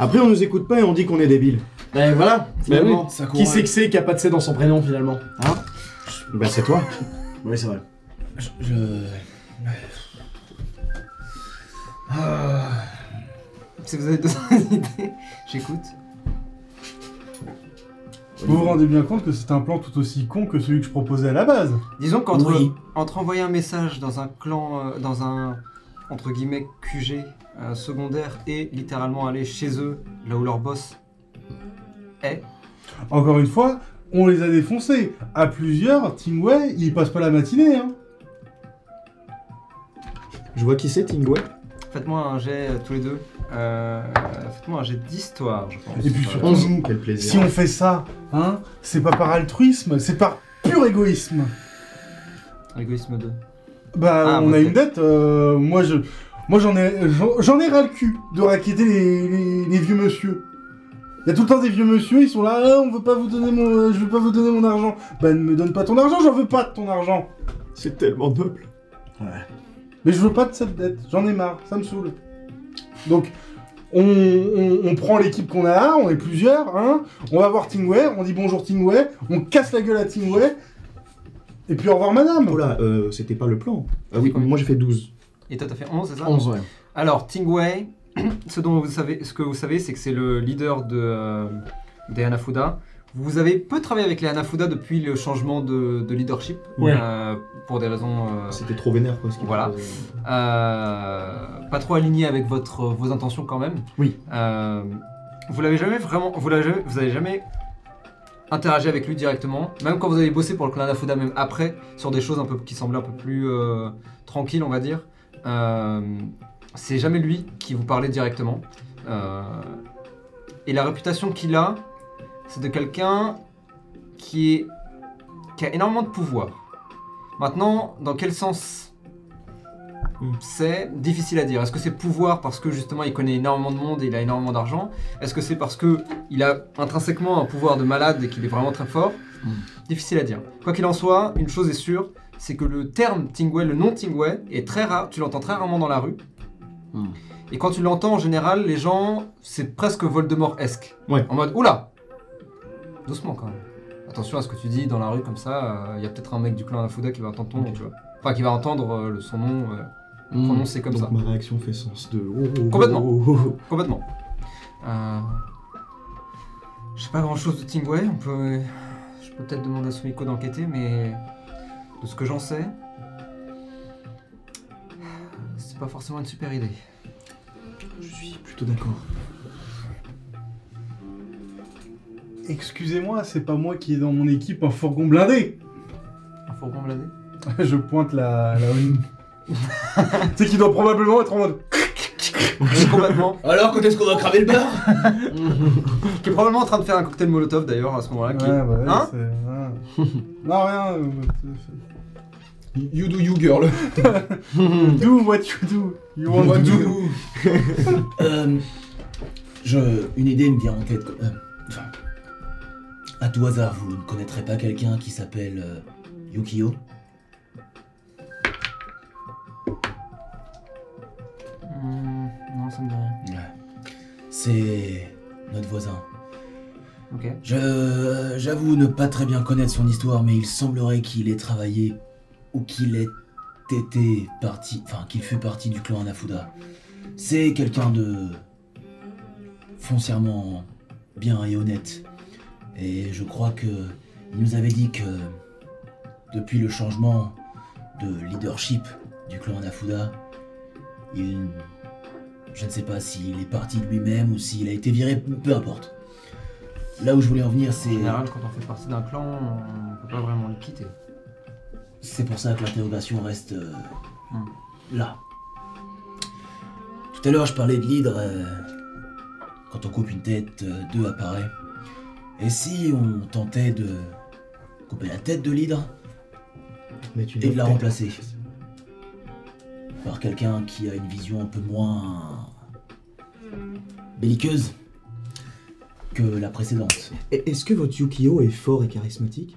Speaker 7: Après, on nous écoute pas et on dit qu'on est débiles.
Speaker 5: Ben voilà,
Speaker 7: Ben oui,
Speaker 5: finalement.
Speaker 6: ça
Speaker 5: Qui
Speaker 6: convainc.
Speaker 5: c'est que c'est qui a pas de C dans son prénom finalement Hein
Speaker 7: Bah, c'est toi.
Speaker 5: Oui, c'est vrai.
Speaker 6: Je. je- Ah.
Speaker 1: Si vous avez d'autres idées, j'écoute.
Speaker 3: Vous vous rendez bien compte que c'est un plan tout aussi con que celui que je proposais à la base.
Speaker 1: Disons qu'entre
Speaker 6: Oui.
Speaker 1: entre envoyer un message dans un clan, euh, dans un entre guillemets QG euh, secondaire et littéralement aller chez eux, là où leur boss est,
Speaker 3: Encore une fois, on les a défoncés. À plusieurs, Teamway, ils passent pas la matinée. Hein.
Speaker 7: Je vois qui c'est, Tingwe.
Speaker 1: faites-moi un jet euh, tous les deux. Euh, faites-moi un jet d'histoire, je pense.
Speaker 3: Et puis
Speaker 1: Voilà.
Speaker 3: surtout, nous,
Speaker 7: Quel plaisir.
Speaker 3: si on fait ça, hein, c'est pas par altruisme, c'est par pur égoïsme.
Speaker 1: Égoïsme 2.
Speaker 3: Bah,
Speaker 1: Ah,
Speaker 3: on a
Speaker 1: votre
Speaker 3: une dette. euh, moi, je, moi, j'en ai, j'en- j'en ai ras le cul de raqueter les, les- les vieux monsieur. Il y a tout le temps des vieux monsieur, ils sont là, Ah, on veut pas vous donner mon, euh, je veux pas vous donner mon argent. Bah, ne me donne pas ton argent, j'en veux pas de ton argent.
Speaker 7: C'est tellement noble.
Speaker 3: Mais je veux pas de cette dette, j'en ai marre, ça me saoule. Donc, on, on- on prend l'équipe qu'on a là, on est plusieurs, hein, on va voir Tingway, on dit bonjour Tingway, on casse la gueule à Tingway, et puis au revoir madame.
Speaker 7: Oh là, euh, c'était pas le plan. Ah oui, moi j'ai fait 12.
Speaker 1: Et toi, t'as fait 11, c'est ça
Speaker 5: 11, ouais.
Speaker 1: Alors, Tingwei, ce dont vous savez, ce que vous savez, c'est que c'est le leader de, euh, des Hanafuda. Vous avez peu travaillé avec les Hanafuda depuis le changement de, de leadership,
Speaker 7: Ouais.
Speaker 1: euh, pour des raisons euh,
Speaker 7: C'était trop vénère quoi. Ce qu'il
Speaker 1: Voilà.
Speaker 7: proposait.
Speaker 1: euh, pas trop alignées avec votre, vos intentions quand même.
Speaker 5: Oui.
Speaker 1: Euh, vous l'avez jamais vraiment, vous l'avez jamais, vous avez jamais interagi avec lui directement, même quand vous avez bossé pour le clan Hanafuda, même après, sur des choses un peu qui semblaient un peu plus euh, tranquilles, on va dire. Euh, c'est jamais lui qui vous parlait directement. Euh, et la réputation qu'il a, c'est de quelqu'un qui, est, qui a énormément de pouvoir. Maintenant, dans quel sens
Speaker 7: Hmm.
Speaker 1: c'est difficile à dire. Est-ce que c'est pouvoir parce que justement il connaît énormément de monde et il a énormément d'argent Est-ce que c'est parce que il a intrinsèquement un pouvoir de malade et qu'il est vraiment très fort Difficile à dire. Quoi qu'il en soit, une chose est sûre, c'est que le terme Tingway, le nom Tingway, est très rare. Tu l'entends très rarement dans la rue.
Speaker 5: Hmm.
Speaker 1: Et quand tu l'entends, en général, les gens, c'est presque Voldemort-esque.
Speaker 7: Ouais.
Speaker 1: En mode, oula Doucement quand même. Attention à ce que tu dis dans la rue comme ça, euh, il y a peut-être un mec du clan Afuda qui va entendre ton nom, tu vois. Enfin, qui va entendre euh, le- son nom euh,
Speaker 6: Mmh.
Speaker 5: Mm.
Speaker 1: prononcé comme
Speaker 7: Donc
Speaker 1: ça.
Speaker 7: ma réaction fait sens de. oh, oh, oh,
Speaker 1: Complètement.
Speaker 7: oh, oh, oh.
Speaker 1: Complètement. Euh... Je sais pas grand chose de Tingway, on peut. Je peux peut-être demander à Sumiko d'enquêter, mais. De ce que j'en sais. C'est pas forcément une super idée.
Speaker 7: Je suis plutôt d'accord.
Speaker 3: Excusez-moi, c'est pas moi qui est dans mon équipe un fourgon blindé.
Speaker 1: Un fourgon blasé
Speaker 3: Je pointe la, la Oni. tu sais qu'il doit probablement être en mode.
Speaker 1: Complètement.
Speaker 6: Alors, quand est-ce qu'on va cramer le bar
Speaker 1: Qui est probablement en train de faire un cocktail molotov d'ailleurs à ce moment-là. qui-
Speaker 3: Ouais, bah ouais,
Speaker 1: Hein
Speaker 3: c'est- ouais. Non, rien. euh,
Speaker 10: You do you, girl.
Speaker 3: euh, Do what you do. You want to do.
Speaker 6: Euh, je, une idée me vient en tête. euh, enfin, à tout hasard, vous ne connaîtrez pas quelqu'un qui s'appelle euh, Yukio
Speaker 1: Hmm, non, ça me dit rien.
Speaker 6: C'est notre voisin.
Speaker 11: Ok.
Speaker 6: Je- J'avoue ne pas très bien connaître son histoire, mais il semblerait qu'il ait travaillé ou qu'il ait été parti, enfin qu'il fût parti du clan Anafuda. C'est quelqu'un de foncièrement bien et honnête. Et je crois que il nous avait dit que depuis le changement de leadership du clan Anafuda, il, je ne sais pas s'il est parti lui-même ou s'il a été viré, peu importe. Là où je voulais en venir, c'est
Speaker 1: En général, quand on fait partie d'un clan, on peut pas vraiment le quitter.
Speaker 6: C'est pour ça que l'interrogation reste euh, là. Tout à l'heure, je parlais de l'hydre. euh, quand on coupe une tête, euh, deux apparaît. Et si on tentait de couper la tête de l'hydre
Speaker 7: Mais tu
Speaker 6: et de la remplacer par quelqu'un qui a une vision un peu moins belliqueuse que la précédente
Speaker 7: Et- Est-ce que votre Yukio est fort et charismatique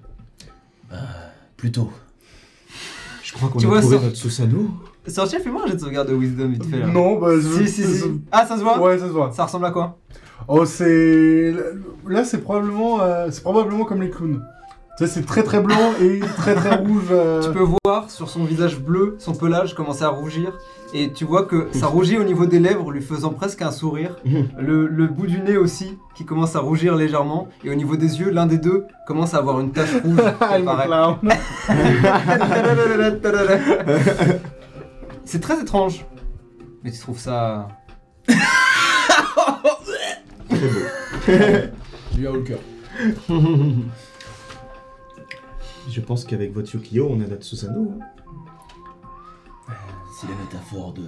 Speaker 6: Plutôt.
Speaker 7: Je crois qu'on
Speaker 1: Tu
Speaker 7: a
Speaker 1: vois,
Speaker 7: trouvé
Speaker 1: ça-
Speaker 7: notre Susanoo.
Speaker 1: Sorcier, fais-moi un jet de sauvegarde de Wisdom vite fait là.
Speaker 3: Non, bah. je-
Speaker 1: Si, si, si.
Speaker 3: je-
Speaker 1: Ah, ça se voit
Speaker 3: Ouais, ça se voit.
Speaker 1: Ça ressemble à quoi
Speaker 3: Oh, c'est. Là, c'est probablement, euh, c'est probablement comme les clowns. Tu sais, c'est très très blanc et très très rouge. euh,
Speaker 1: Tu peux voir sur son visage bleu, son pelage commencer à rougir. Et tu vois que ça rougit au niveau des lèvres, lui faisant presque un sourire. Le, le bout du nez aussi, qui commence à rougir légèrement. Et au niveau des yeux, l'un des deux commence à avoir une tache rouge.
Speaker 3: Ah,
Speaker 1: qui
Speaker 3: le
Speaker 1: apparaît.
Speaker 3: clown.
Speaker 1: C'est très étrange. Mais tu trouves ça.
Speaker 12: J'ai eu un haut le cœur.
Speaker 7: Je pense qu'avec votre Yukio, on a notre Susanoo. hein.
Speaker 6: C'est la métaphore de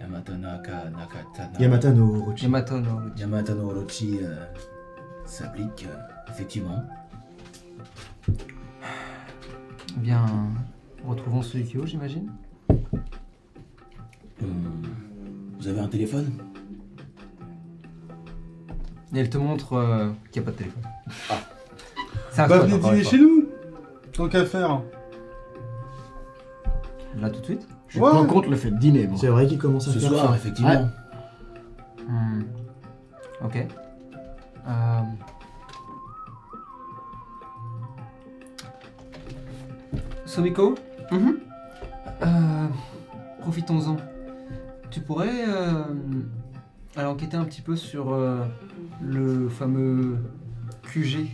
Speaker 6: Yamatanaka Nakatana.
Speaker 7: Yamata no Orochi.
Speaker 1: Yamato, non.
Speaker 6: Yamata no Orochi euh, s'applique, euh, effectivement.
Speaker 1: Eh Bien. Retrouvons Suikyo, j'imagine.
Speaker 6: Hum, Vous avez un téléphone
Speaker 1: Et elle te montre euh, qu'il n'y a pas de téléphone. C'est un
Speaker 3: Ah. Bah,
Speaker 1: code,
Speaker 3: venez
Speaker 1: encore une
Speaker 3: dîner chez nous. Tant qu'à faire.
Speaker 1: fois. Là, tout de suite
Speaker 5: Je suis
Speaker 3: Ouais.
Speaker 5: pas contre le fait de dîner, moi.
Speaker 7: C'est vrai qu'il commence à
Speaker 6: Ce
Speaker 7: faire
Speaker 6: soir,
Speaker 7: faim.
Speaker 6: effectivement.
Speaker 5: Ouais.
Speaker 1: Hmm. Ok. Euh, Somiko Mhm. Euh, Profitons-en. Tu pourrais euh, aller enquêter un petit peu sur euh, le fameux QG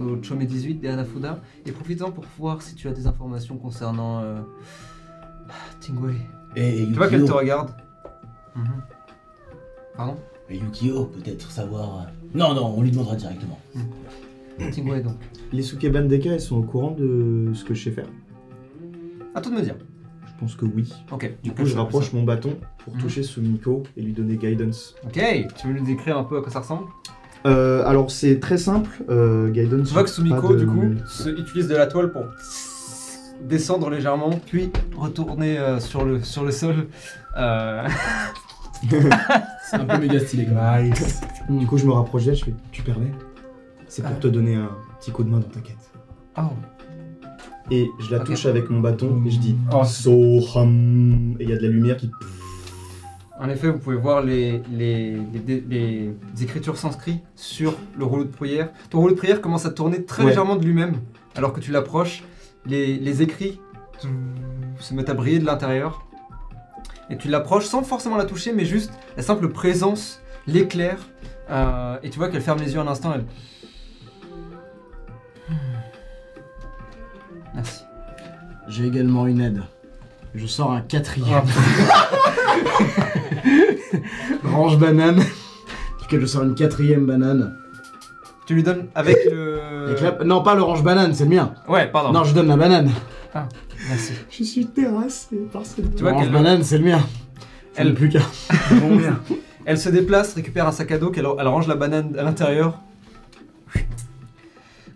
Speaker 1: au Chome 18 des Anafuda et profitons pour voir si tu as des informations concernant euh, Tingwei.
Speaker 12: Ah.
Speaker 6: Et, et
Speaker 1: Tu vois qu'elle te
Speaker 6: Yukio,
Speaker 1: regarde Mhm. Pardon
Speaker 6: et Yukio, peut-être savoir. euh, Non, non, on lui demandera directement.
Speaker 1: Tingwei donc.
Speaker 7: Les Sukeban Deka, elles sont au courant de ce que je sais faire
Speaker 1: À toi de me dire.
Speaker 7: Je pense que oui.
Speaker 1: Ok.
Speaker 7: Du coup, je rapproche mon bâton pour
Speaker 1: Ah, Mhm.
Speaker 7: toucher Sumiko et lui donner guidance.
Speaker 1: Ok, tu veux nous décrire un peu à quoi ça ressemble
Speaker 7: Euh, alors, c'est très simple. euh, guidance.
Speaker 1: Tu vois que
Speaker 7: pas
Speaker 1: Sumiko,
Speaker 7: de-
Speaker 1: du coup, se- utilise de la toile pour descendre légèrement, puis retourner euh, sur, le, sur le sol. Euh,
Speaker 12: C'est un peu méga stylé quand même.
Speaker 3: Nice.
Speaker 7: Du coup, je me rapproche d'elle, je fais Tu permets C'est pour
Speaker 1: Ah.
Speaker 7: te donner un petit coup de main dans ta quête.
Speaker 1: Oh,
Speaker 7: Et je la
Speaker 1: Ok.
Speaker 7: touche avec mon bâton et je dis
Speaker 3: Oh.
Speaker 7: Soham. Et il y a de la lumière qui.
Speaker 1: En effet, vous pouvez voir les, les, les- les- les écritures sanscrites sur le rouleau de prière. Ton rouleau de prière commence à tourner très
Speaker 7: Ouais.
Speaker 1: légèrement de lui-même, alors que tu l'approches. Les, les écrits se mettent à briller de l'intérieur. Et tu l'approches sans forcément la toucher, mais juste la simple présence l'éclaire. Euh, et tu vois qu'elle ferme les yeux un instant. Elle... Merci.
Speaker 5: J'ai également une aide. Je sors un quatrième. Range banane. Duquel je sors une quatrième banane.
Speaker 1: Tu lui donnes avec le...
Speaker 5: Avec la- Non, pas l'orange banane, c'est le mien.
Speaker 1: Ouais, pardon.
Speaker 5: Non, je donne la banane.
Speaker 1: Merci.
Speaker 7: Je suis terrassé par cette.
Speaker 1: Tu vois
Speaker 5: L'orange
Speaker 1: qu'elle-
Speaker 5: banane, c'est le mien.
Speaker 1: Elle-
Speaker 5: Elle plus qu'un.
Speaker 1: Elle se déplace, récupère un sac à dos, qu'elle- elle, range la banane à l'intérieur.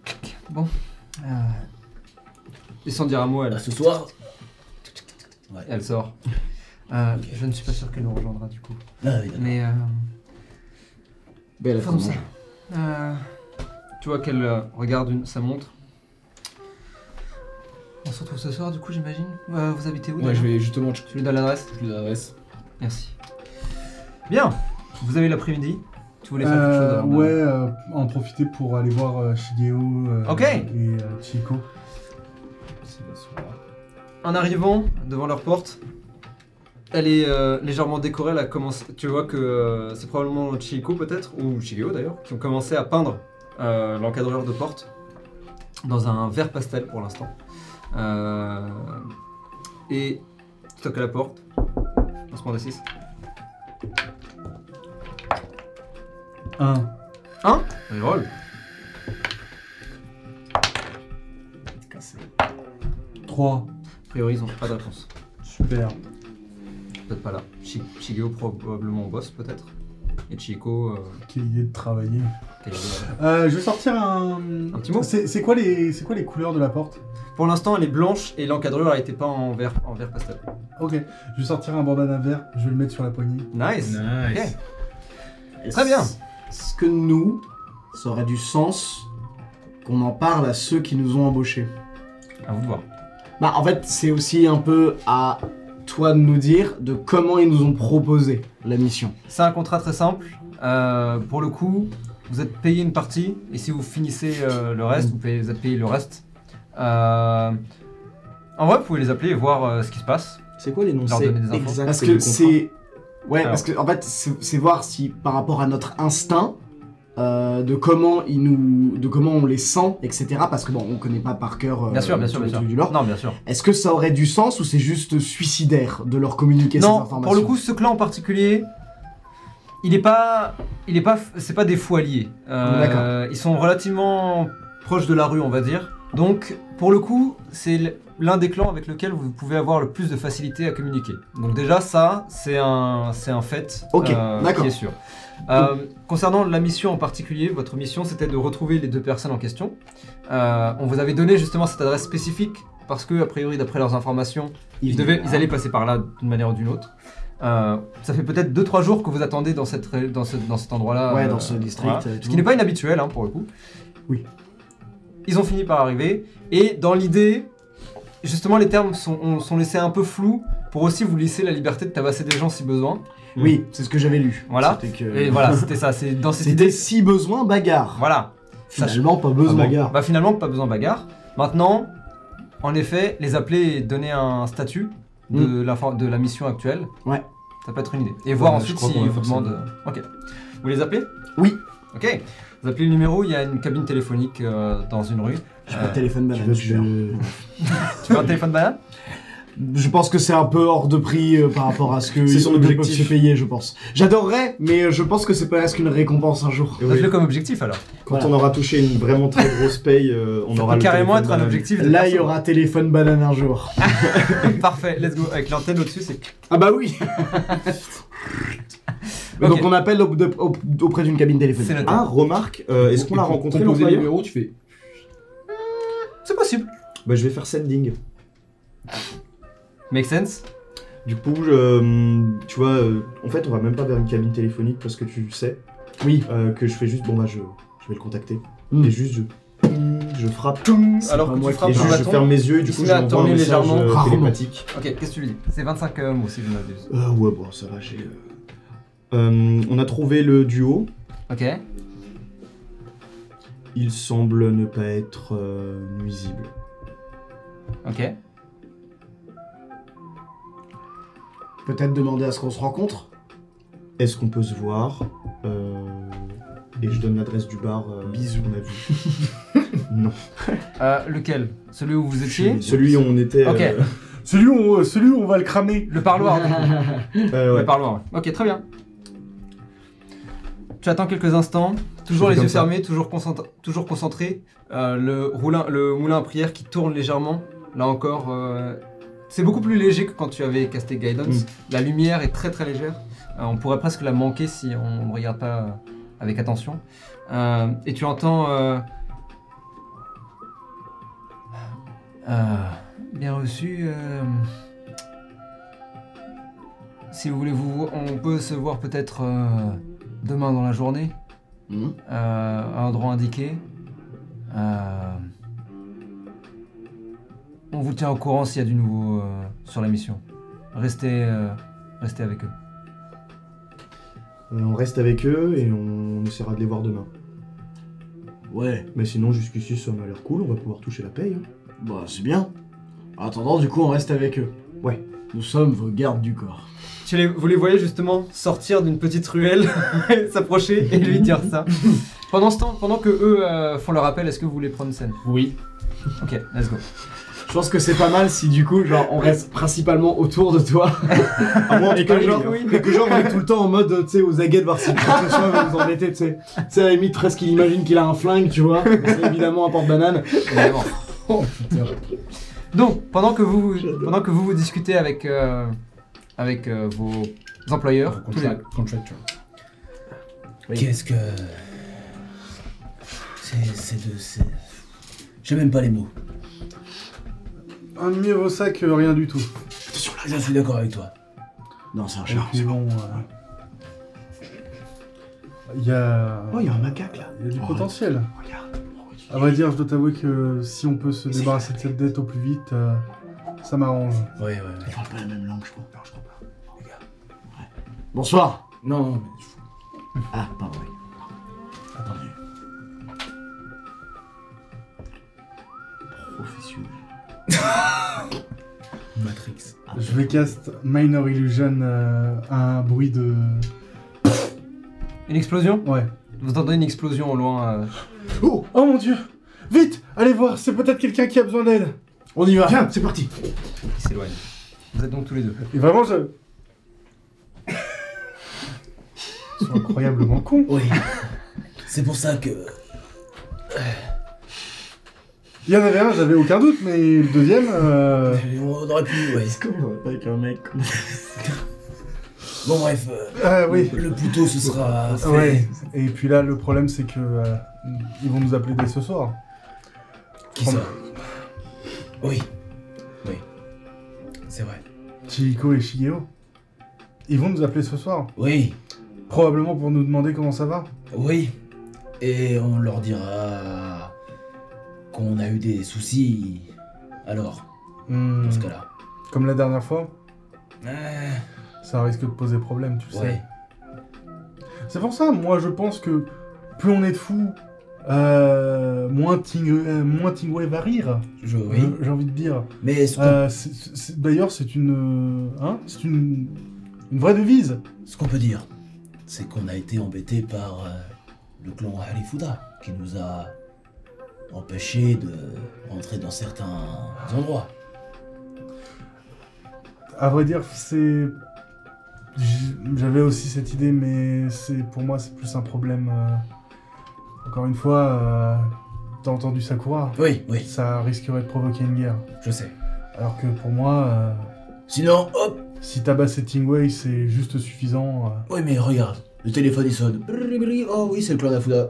Speaker 1: Clic. Bon. Euh... Et sans dire un mot,
Speaker 6: Là,
Speaker 1: elle,
Speaker 6: ce soir. Ouais.
Speaker 1: elle sort. Euh,
Speaker 6: Ok.
Speaker 1: Je ne suis pas sûr qu'elle nous rejoindra du coup.
Speaker 6: Ah, oui, d'accord.
Speaker 1: Mais euh,
Speaker 5: Belle à
Speaker 1: faisons ça.
Speaker 5: manger.
Speaker 1: Euh, tu vois qu'elle euh, regarde une- sa montre. On se retrouve ce soir du coup, j'imagine. Euh, vous habitez où
Speaker 12: Ouais,
Speaker 1: déjà
Speaker 12: je vais justement, je
Speaker 1: Tu lui donnes l'adresse
Speaker 12: je lui donne l'adresse.
Speaker 1: Merci. Bien, vous avez l'après-midi. Tu voulais faire quelque chose
Speaker 3: Euh,
Speaker 1: avant de-
Speaker 3: Ouais, euh, en profiter pour aller voir euh, Shigeo euh,
Speaker 1: Ok.
Speaker 3: et euh, Chico.
Speaker 1: En arrivant devant leur porte, elle est euh, légèrement décorée. Elle a commencé, tu vois que euh, c'est probablement Chico peut-être, ou Shigeo d'ailleurs, qui ont commencé à peindre euh, l'encadreur de porte dans un vert pastel pour l'instant. Euh, et tu toques à la porte. On se prend des 6.
Speaker 3: Un.
Speaker 1: Reroll.
Speaker 3: Trois.
Speaker 1: A priori, ils n'ont pas de réponse.
Speaker 3: Super.
Speaker 1: Peut-être pas là. Chi- Shigeo probablement au boss peut-être. Et Chico, euh,
Speaker 3: Quelle idée de travailler.
Speaker 1: qui est, euh,
Speaker 3: Euh, je vais sortir un.
Speaker 1: Un petit mot
Speaker 3: C'est c'est quoi, les... c'est quoi les couleurs de la porte
Speaker 1: pour l'instant, elle est blanche et l'encadreur a été peint en vert, en vert pastel.
Speaker 3: Ok. Je vais sortir un bandana vert, je vais le mettre sur la poignée.
Speaker 1: Nice.
Speaker 4: Nice.
Speaker 1: Très bien.
Speaker 5: Est-ce que nous, ça aurait du sens qu'on en parle à ceux qui nous ont embauchés
Speaker 1: À vous de voir.
Speaker 5: Bah, en fait, c'est aussi un peu à toi de nous dire de comment ils nous ont proposé la mission.
Speaker 1: C'est un contrat très simple. Euh, pour le coup, vous êtes payé une partie et si vous finissez euh, le reste, vous, payez- vous êtes payé le reste. Euh, en vrai, vous pouvez les appeler et voir euh, ce qui se passe.
Speaker 7: C'est quoi les noms
Speaker 1: Leur
Speaker 7: c'est
Speaker 1: donner des infos.
Speaker 7: exact
Speaker 5: Parce
Speaker 7: du
Speaker 5: que
Speaker 7: contrat
Speaker 5: c'est. Ouais,
Speaker 1: Alors.
Speaker 5: parce que en fait, c'est c'est voir si par rapport à notre instinct. euh, de comment ils nous, de comment on les sent, etc. Parce que bon, on connaît pas par cœur euh,
Speaker 1: Bien sûr, bien sûr,
Speaker 5: tous les
Speaker 1: bien sûr.
Speaker 5: trucs du lore.
Speaker 1: Non, bien sûr.
Speaker 5: Est-ce que ça aurait du sens ou c'est juste suicidaire de leur communiquer ces
Speaker 1: Non,
Speaker 5: informations
Speaker 1: pour le coup, ce clan en particulier, il n'est pas, il est pas, c'est pas des fous alliés. Euh,
Speaker 5: D'accord.
Speaker 1: Ils sont relativement proches de la rue, on va dire. Donc, pour le coup, c'est l- l'un des clans avec lequel vous pouvez avoir le plus de facilité à communiquer. Donc déjà, ça, c'est un, c'est un fait
Speaker 5: Ok,
Speaker 1: euh,
Speaker 5: d'accord.
Speaker 1: qui est sûr. Euh, concernant la mission en particulier, votre mission c'était de retrouver les deux personnes en question. Euh, on vous avait donné justement cette adresse spécifique parce que, a priori, d'après leurs informations, ils, devaient, ils allaient passer par là d'une manière ou d'une autre. Euh, ça fait peut-être 2-3 jours que vous attendez dans, cette, ré- dans, ce- dans cet endroit-là.
Speaker 5: Ouais,
Speaker 1: euh,
Speaker 5: dans ce district,
Speaker 1: voilà.
Speaker 5: euh,
Speaker 1: Ce
Speaker 5: tout.
Speaker 1: qui n'est pas inhabituel hein, pour le coup.
Speaker 5: Oui.
Speaker 1: Ils ont fini par arriver. Et dans l'idée, justement, les termes sont, ont- sont laissés un peu flous pour aussi vous laisser la liberté de tabasser des gens si besoin.
Speaker 5: Oui, c'est ce que j'avais lu.
Speaker 1: Voilà.
Speaker 5: C'était que-
Speaker 1: Et voilà, c'était ça. C'est dans cette
Speaker 5: C'était
Speaker 1: idée.
Speaker 5: si besoin bagarre.
Speaker 1: Voilà.
Speaker 5: Finalement, pas besoin
Speaker 7: Ah bon.
Speaker 5: bagarre.
Speaker 1: Bah finalement, pas besoin de bagarre. Maintenant, en effet, les appeler et donner un statut de, la, for- de la mission actuelle.
Speaker 5: Hmm. Ouais.
Speaker 1: Ça peut être une idée. Et voir
Speaker 2: bah, je
Speaker 1: ensuite
Speaker 2: crois
Speaker 1: si
Speaker 2: qu'on va
Speaker 1: vous
Speaker 2: faire ça.
Speaker 1: demandent. Ok. Vous les appelez
Speaker 5: Oui.
Speaker 1: Ok. Vous appelez le numéro, il y a une cabine téléphonique euh, dans une rue.
Speaker 5: J'ai pas
Speaker 1: Euh,
Speaker 5: de téléphone
Speaker 7: Tu
Speaker 5: banane.
Speaker 7: veux que
Speaker 5: je jure.
Speaker 7: je-
Speaker 1: Tu veux un téléphone banane
Speaker 5: Je pense que c'est un peu hors de prix euh, par rapport à ce que
Speaker 7: C'est son
Speaker 5: ils peuvent
Speaker 7: objectif.
Speaker 5: se payer, je pense. J'adorerais, mais euh, je pense que c'est presque une récompense un jour.
Speaker 7: Et oui,
Speaker 1: Faites-le comme objectif alors.
Speaker 7: Quand on aura touché une vraiment très grosse paye, euh, on
Speaker 1: Ça
Speaker 7: aura
Speaker 1: peut
Speaker 7: le
Speaker 1: carrément être
Speaker 7: téléphone
Speaker 1: un
Speaker 7: dans la-
Speaker 1: objectif. de
Speaker 5: Là, il y
Speaker 1: personne.
Speaker 5: aura téléphone banane un jour.
Speaker 1: Parfait, let's go. Avec l'antenne au-dessus, c'est.
Speaker 5: Ah bah oui. Mais
Speaker 1: Ok.
Speaker 5: Donc on appelle au- de- au- auprès d'une cabine téléphonique.
Speaker 1: C'est noté.
Speaker 7: Ah, remarque, euh, est-ce qu'on l'a
Speaker 2: Composer
Speaker 7: rencontré
Speaker 2: les
Speaker 7: l'employeur
Speaker 2: numéros, tu fais.
Speaker 1: C'est possible.
Speaker 7: Bah, je vais faire sending.
Speaker 1: Make sense
Speaker 7: Du coup, je- tu vois, euh, en fait, on va même pas vers une cabine téléphonique parce que tu sais.
Speaker 5: Oui.
Speaker 7: euh, que je fais juste, bon bah, je, je vais le contacter.
Speaker 5: Mm.
Speaker 7: Et juste, je, je frappe.
Speaker 5: C'est
Speaker 1: Alors
Speaker 5: pas
Speaker 1: que tu
Speaker 5: moi qui-
Speaker 1: frappes
Speaker 7: Et
Speaker 1: ton
Speaker 7: juste, je
Speaker 1: bâton.
Speaker 7: ferme mes yeux et du
Speaker 1: Il
Speaker 7: coup,
Speaker 1: se
Speaker 7: je
Speaker 1: met à
Speaker 7: lui envoie un
Speaker 1: tourner
Speaker 7: message
Speaker 1: légèrement.
Speaker 7: euh,
Speaker 5: Rarement.
Speaker 7: télépathique.
Speaker 1: Ok, qu'est-ce que tu lui dis C'est 25 euh, mots si je ne m'abuse.
Speaker 7: Euh, ouais, bon, ça va, j'ai... euh, euh, on a trouvé le duo.
Speaker 1: Ok.
Speaker 7: Il semble ne pas être euh, nuisible.
Speaker 1: Ok.
Speaker 5: Peut-être demander à ce qu'on se rencontre.
Speaker 7: Est-ce qu'on peut se voir Euh, Et je donne l'adresse du bar. euh,
Speaker 5: Bisous.
Speaker 7: qu'on a vu. non.
Speaker 1: Euh, lequel Celui où vous étiez
Speaker 7: Celui où on était.
Speaker 1: Ok.
Speaker 7: euh,
Speaker 3: Celui où, on- celui où on va le cramer.
Speaker 1: Le parloir. du coup.
Speaker 7: euh, ouais.
Speaker 1: Le parloir. ouais. Ok, très bien. Tu attends quelques instants, toujours
Speaker 7: Je fais
Speaker 1: les
Speaker 7: comme
Speaker 1: yeux
Speaker 7: ça.
Speaker 1: fermés, toujours, concentré, toujours concentré. Euh, le, roulin- le moulin à prière qui tourne légèrement. Là encore, euh, c'est beaucoup plus léger que quand tu avais casté
Speaker 7: Mm.
Speaker 1: Guidance. La lumière est très très légère. Euh, on pourrait presque la manquer si on ne regarde pas euh, avec attention. Euh, et tu entends. euh, euh, bien reçu. euh, si vous voulez, vous, on peut se voir peut-être euh, demain dans la journée,
Speaker 5: Mhm.
Speaker 1: euh, à un endroit indiqué. Euh, on vous tient au courant s'il y a du nouveau euh, sur la mission. Restez, euh, restez avec eux.
Speaker 7: Euh, on reste avec eux et on essaiera de les voir demain.
Speaker 5: Ouais,
Speaker 7: Mais sinon, jusqu'ici, ça m'a l'air cool, on va pouvoir toucher la paye. hein.
Speaker 5: bah c'est bien. En attendant, du coup, on reste avec eux.
Speaker 7: Ouais.
Speaker 5: Nous sommes vos gardes du corps.
Speaker 8: Tu les- vous les voyez justement sortir d'une petite ruelle, s'approcher et lui dire ça. Pendant ce temps, pendant que eux euh, font leur appel, est-ce que vous voulez prendre une scène
Speaker 5: Oui.
Speaker 8: Ok, let's go.
Speaker 5: Je pense que c'est pas mal si du coup, genre, on reste principalement autour de toi.
Speaker 7: Ah
Speaker 5: et que genre, et que genre, on est tout le temps en mode, euh, tu sais, aux aguets de voir si quoi que ce soit va nous embêter, tu sais. Tu sais, à la limite, presque il imagine qu'il a un flingue, tu vois. Mais C'est évidemment un porte-banane.
Speaker 8: Évidemment. Donc, pendant que vous pendant que vous, vous discutez avec, euh, avec euh, vos employeurs, tous les deux,
Speaker 6: Contractor. Qu'est-ce que. C'est. C'est de. c'est- J'ai même pas les mots.
Speaker 3: Un demi vos sacs, euh, rien du tout.
Speaker 6: Je suis d'accord avec toi.
Speaker 5: Non, c'est un
Speaker 3: Et
Speaker 5: chat.
Speaker 3: puis bon, euh, il y a,
Speaker 7: Oh, il y a un macaque là.
Speaker 3: il y a du
Speaker 7: Oh,
Speaker 3: potentiel.
Speaker 7: Regarde. Oh,
Speaker 3: À vrai dire, je dois t'avouer que si on peut se débarrasser de cette dette au plus vite, euh, ça m'arrange.
Speaker 6: Ouais, ouais, ouais.
Speaker 5: Ils parlent pas la même langue, je crois.
Speaker 7: Non, je crois pas.
Speaker 5: Bonsoir.
Speaker 6: Non, non, mais.
Speaker 5: Ah, pardon. oui.
Speaker 6: Attendez.
Speaker 5: Professionnel.
Speaker 6: Matrix.
Speaker 3: Je vais cast Minor Illusion euh, à un bruit de.
Speaker 8: une explosion
Speaker 3: Ouais.
Speaker 8: Vous entendez une explosion au loin. euh,
Speaker 3: Oh, oh mon dieu Vite Allez voir, c'est peut-être quelqu'un qui a besoin d'aide
Speaker 5: On y va.
Speaker 7: Viens, c'est parti.
Speaker 8: qui s'éloigne. Vous êtes donc tous les deux.
Speaker 3: Et vraiment, je. Ils sont incroyablement cons.
Speaker 6: Oui. C'est pour ça que.
Speaker 3: Il y en avait un, j'avais aucun doute, mais le deuxième. euh,
Speaker 6: On aurait pu. Ouais.
Speaker 7: Comment on va avec un mec comme ça
Speaker 6: Bon, bref. euh,
Speaker 3: Ah oui
Speaker 6: Le couteau, ce sera. fait.
Speaker 3: Ouais. Et puis là, le problème, c'est que. euh, ils vont nous appeler dès ce soir.
Speaker 6: Qui ça Oui. Oui. C'est vrai.
Speaker 3: Chihiko et Shigeo. Ils vont nous appeler ce soir.
Speaker 6: Oui.
Speaker 3: Probablement pour nous demander comment ça va.
Speaker 6: Oui. Et on leur dira qu'on a eu des soucis. Alors,
Speaker 3: Hmm,
Speaker 6: dans ce cas-là.
Speaker 3: Comme la dernière fois,
Speaker 6: Euh,
Speaker 3: ça risque de poser problème, tu sais.
Speaker 6: ouais.
Speaker 3: C'est pour ça, moi je pense que plus on est de fous, euh, moins Ting euh, moins Tingway va rire.
Speaker 6: Je, oui.
Speaker 3: Euh, J'ai envie de dire.
Speaker 6: Mais ce qu'on
Speaker 3: Euh, c'est- c'est- c'est- D'ailleurs, c'est une, euh, hein, c'est une, une vraie devise.
Speaker 6: ce qu'on peut dire, c'est qu'on a été embêté par euh, le clan Harifuda qui nous a empêchés de rentrer dans certains endroits.
Speaker 3: À vrai dire, c'est, j- j'avais aussi cette idée, mais c'est pour moi c'est plus un problème. euh, Encore une fois, euh, t'as entendu Sakura,
Speaker 6: Oui, oui,
Speaker 3: ça risquerait de provoquer une guerre.
Speaker 6: je sais.
Speaker 3: Alors que pour moi, euh,
Speaker 6: Sinon, hop,
Speaker 3: si tabasser Tingway, c'est juste suffisant. euh,
Speaker 6: Oui, mais regarde, le téléphone il sonne. Brrr, brrr, Oh oui, c'est le clan d'Afuda.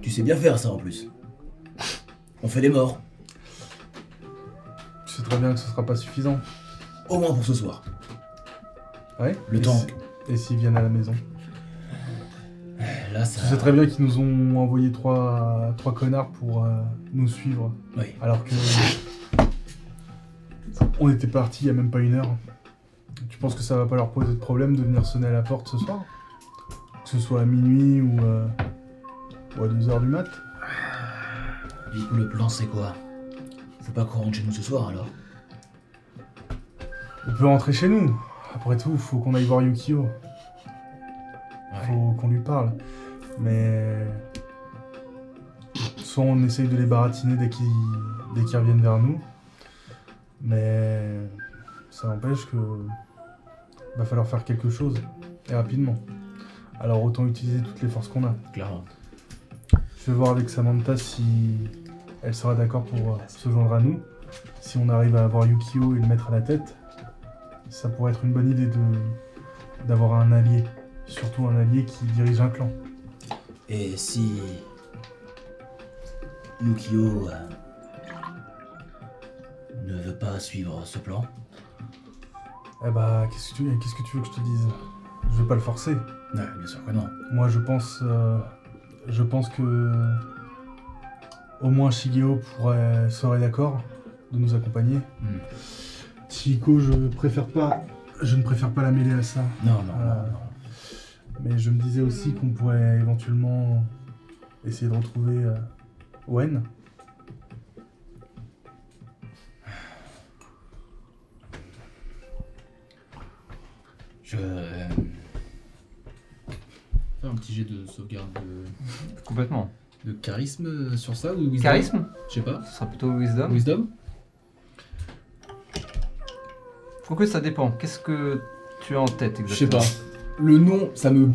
Speaker 6: Tu sais bien faire ça en plus. On fait des morts,
Speaker 3: Tu sais très bien que ce sera pas suffisant.
Speaker 6: au moins pour ce soir.
Speaker 3: Ouais.
Speaker 6: Le
Speaker 3: Et
Speaker 6: temps.
Speaker 3: si- Et s'ils viennent à la maison
Speaker 6: Là,
Speaker 3: Tu
Speaker 6: eh, ça.
Speaker 3: sais très bien qu'ils nous ont envoyé trois, trois connards pour euh, nous suivre.
Speaker 6: Oui.
Speaker 3: Alors que. On était parti il y a même pas une heure. Tu penses que ça va pas leur poser de problème de venir sonner à la porte ce soir Que ce soit à minuit ou, euh, ou à 2h du mat
Speaker 6: Du coup, le plan c'est quoi Faut pas qu'on rentre chez nous ce soir alors.
Speaker 3: On peut rentrer chez nous. Après tout, faut qu'on aille voir Yukio. Faut qu'on lui parle. Mais. Soit on essaye de les baratiner dès qu'ils dès qu'ils reviennent vers nous. Mais. Ça empêche que. Va falloir faire quelque chose. Et rapidement. Alors autant utiliser toutes les forces qu'on a.
Speaker 6: Clairement.
Speaker 3: Je vais voir avec Samantha si elle sera d'accord pour euh, se joindre à nous. Si on arrive à avoir Yukio et le mettre à la tête, ça pourrait être une bonne idée de d'avoir un allié. Surtout un allié qui dirige un clan.
Speaker 6: Et si. Yukio. euh, ne veut pas suivre ce plan
Speaker 3: Eh bah, qu'est-ce que tu, qu'est-ce que tu veux que je te dise Je vais pas le forcer.
Speaker 6: Non, bien sûr que non.
Speaker 3: Moi, je pense, euh, je pense que au moins Shigeo pourrait serait d'accord de nous accompagner.
Speaker 6: Hmm.
Speaker 3: Chico, je préfère pas, je ne préfère pas la mêler à ça.
Speaker 6: Non, non,
Speaker 3: Voilà.
Speaker 6: non, non.
Speaker 3: Mais je me disais aussi qu'on pourrait éventuellement essayer de retrouver euh, Owen.
Speaker 6: Je. euh, Faire un petit jet de sauvegarde de,
Speaker 1: Complètement.
Speaker 6: de charisme euh, sur ça ou wisdom
Speaker 1: Charisme Hein
Speaker 6: Je sais pas.
Speaker 1: Ce sera plutôt wisdom.
Speaker 6: Wisdom
Speaker 1: Quoique ça dépend. Qu'est-ce que tu as en tête
Speaker 5: Je sais
Speaker 1: exactement
Speaker 5: pas. Le nom, ça me.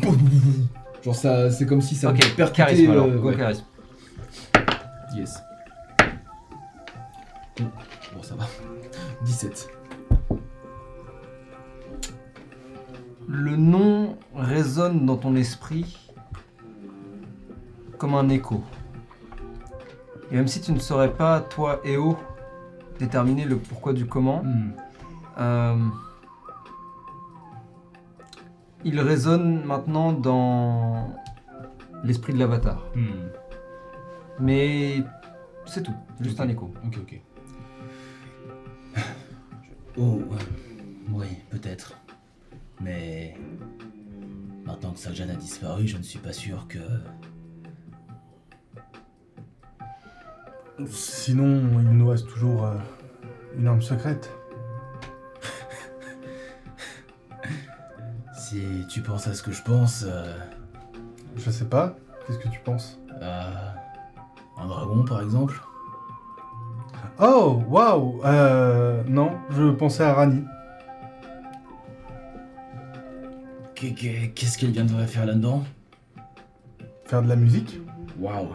Speaker 5: Genre, ça, c'est comme si ça me
Speaker 1: Ok,
Speaker 5: percutait,
Speaker 1: charisme alors.
Speaker 5: euh,
Speaker 1: Go
Speaker 5: ouais.
Speaker 1: charisme.
Speaker 6: Yes. Bon, bon, ça va. 17.
Speaker 1: Le nom résonne dans ton esprit comme un écho. Et même si tu ne saurais pas, toi, Eo, déterminer le pourquoi du comment,
Speaker 6: Hmm.
Speaker 1: Euh, il résonne maintenant dans l'esprit de l'avatar.
Speaker 6: Hmm.
Speaker 1: Mais c'est tout, juste un écho.
Speaker 6: Ok, ok. Oh, euh, oui, peut-être. Mais maintenant que Sajan a disparu, je ne suis pas sûr que.
Speaker 3: Sinon, il nous reste toujours euh, une arme secrète.
Speaker 6: Si tu penses à ce que je pense, euh,
Speaker 3: Je sais pas. Qu'est-ce que tu penses
Speaker 6: à un dragon par exemple.
Speaker 3: Oh, waouh euh, Non, je pensais à Rani.
Speaker 6: Qu'est- qu'est- Qu'est-ce qu'elle viendrait faire là-dedans
Speaker 3: Faire de la musique
Speaker 6: Waouh.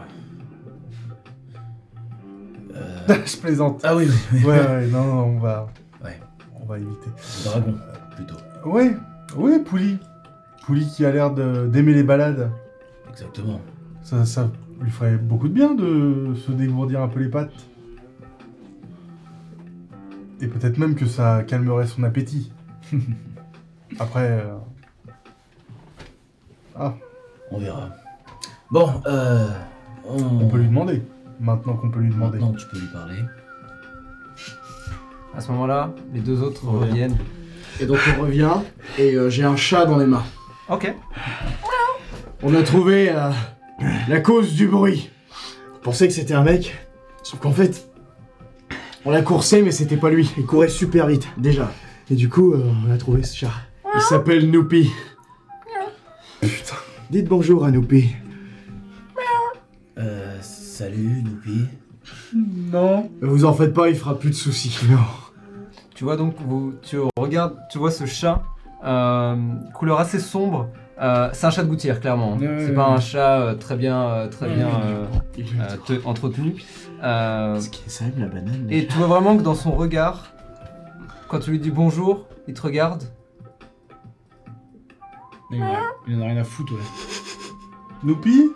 Speaker 6: Euh,
Speaker 3: Je plaisante.
Speaker 6: Ah oui, oui, oui.
Speaker 3: Ouais, ouais, non, non, on va...
Speaker 6: Ouais.
Speaker 3: On va éviter.
Speaker 6: Dragon, plutôt.
Speaker 3: Ouais, ouais, Pouli. Pouli qui a l'air de- d'aimer les balades.
Speaker 6: Exactement.
Speaker 3: Ça, ça lui ferait beaucoup de bien de se dégourdir un peu les pattes. Et peut-être même que ça calmerait son appétit. Après... euh,
Speaker 6: On verra. Bon, euh. On,
Speaker 3: On peut lui demander. Maintenant qu'on peut lui demander.
Speaker 6: Maintenant, tu peux lui parler.
Speaker 1: À ce moment-là, les deux autres
Speaker 7: Ouais.
Speaker 1: reviennent.
Speaker 7: Et donc on revient et euh, j'ai un chat dans les mains.
Speaker 1: Ok.
Speaker 7: On a trouvé euh, la cause du bruit. On pensait que c'était un mec, sauf qu'en fait, on l'a coursé mais c'était pas lui. Il courait super vite déjà. Et du coup, euh, on a trouvé ce chat. Il s'appelle Noupi. Putain. Dites bonjour à Noupi.
Speaker 6: Euh. Salut, Noupi.
Speaker 3: Non.
Speaker 7: Euh, Vous en faites pas, il fera plus de soucis. Non.
Speaker 1: Tu vois donc, vous, tu regardes, tu vois ce chat, euh, couleur assez sombre. Euh, c'est un chat de gouttière, clairement.
Speaker 3: Ouais,
Speaker 1: c'est
Speaker 3: ouais,
Speaker 1: pas
Speaker 3: ouais.
Speaker 1: un chat euh, très bien, euh, très
Speaker 7: Ouais,
Speaker 1: bien
Speaker 7: ouais,
Speaker 1: euh, euh, te- entretenu. Euh,
Speaker 7: Parce que ça aime la banane. les
Speaker 1: Et tu vois vraiment que dans son regard, quand tu lui dis bonjour, il te regarde.
Speaker 6: Il en a- il en a rien à foutre, ouais.
Speaker 3: Noupi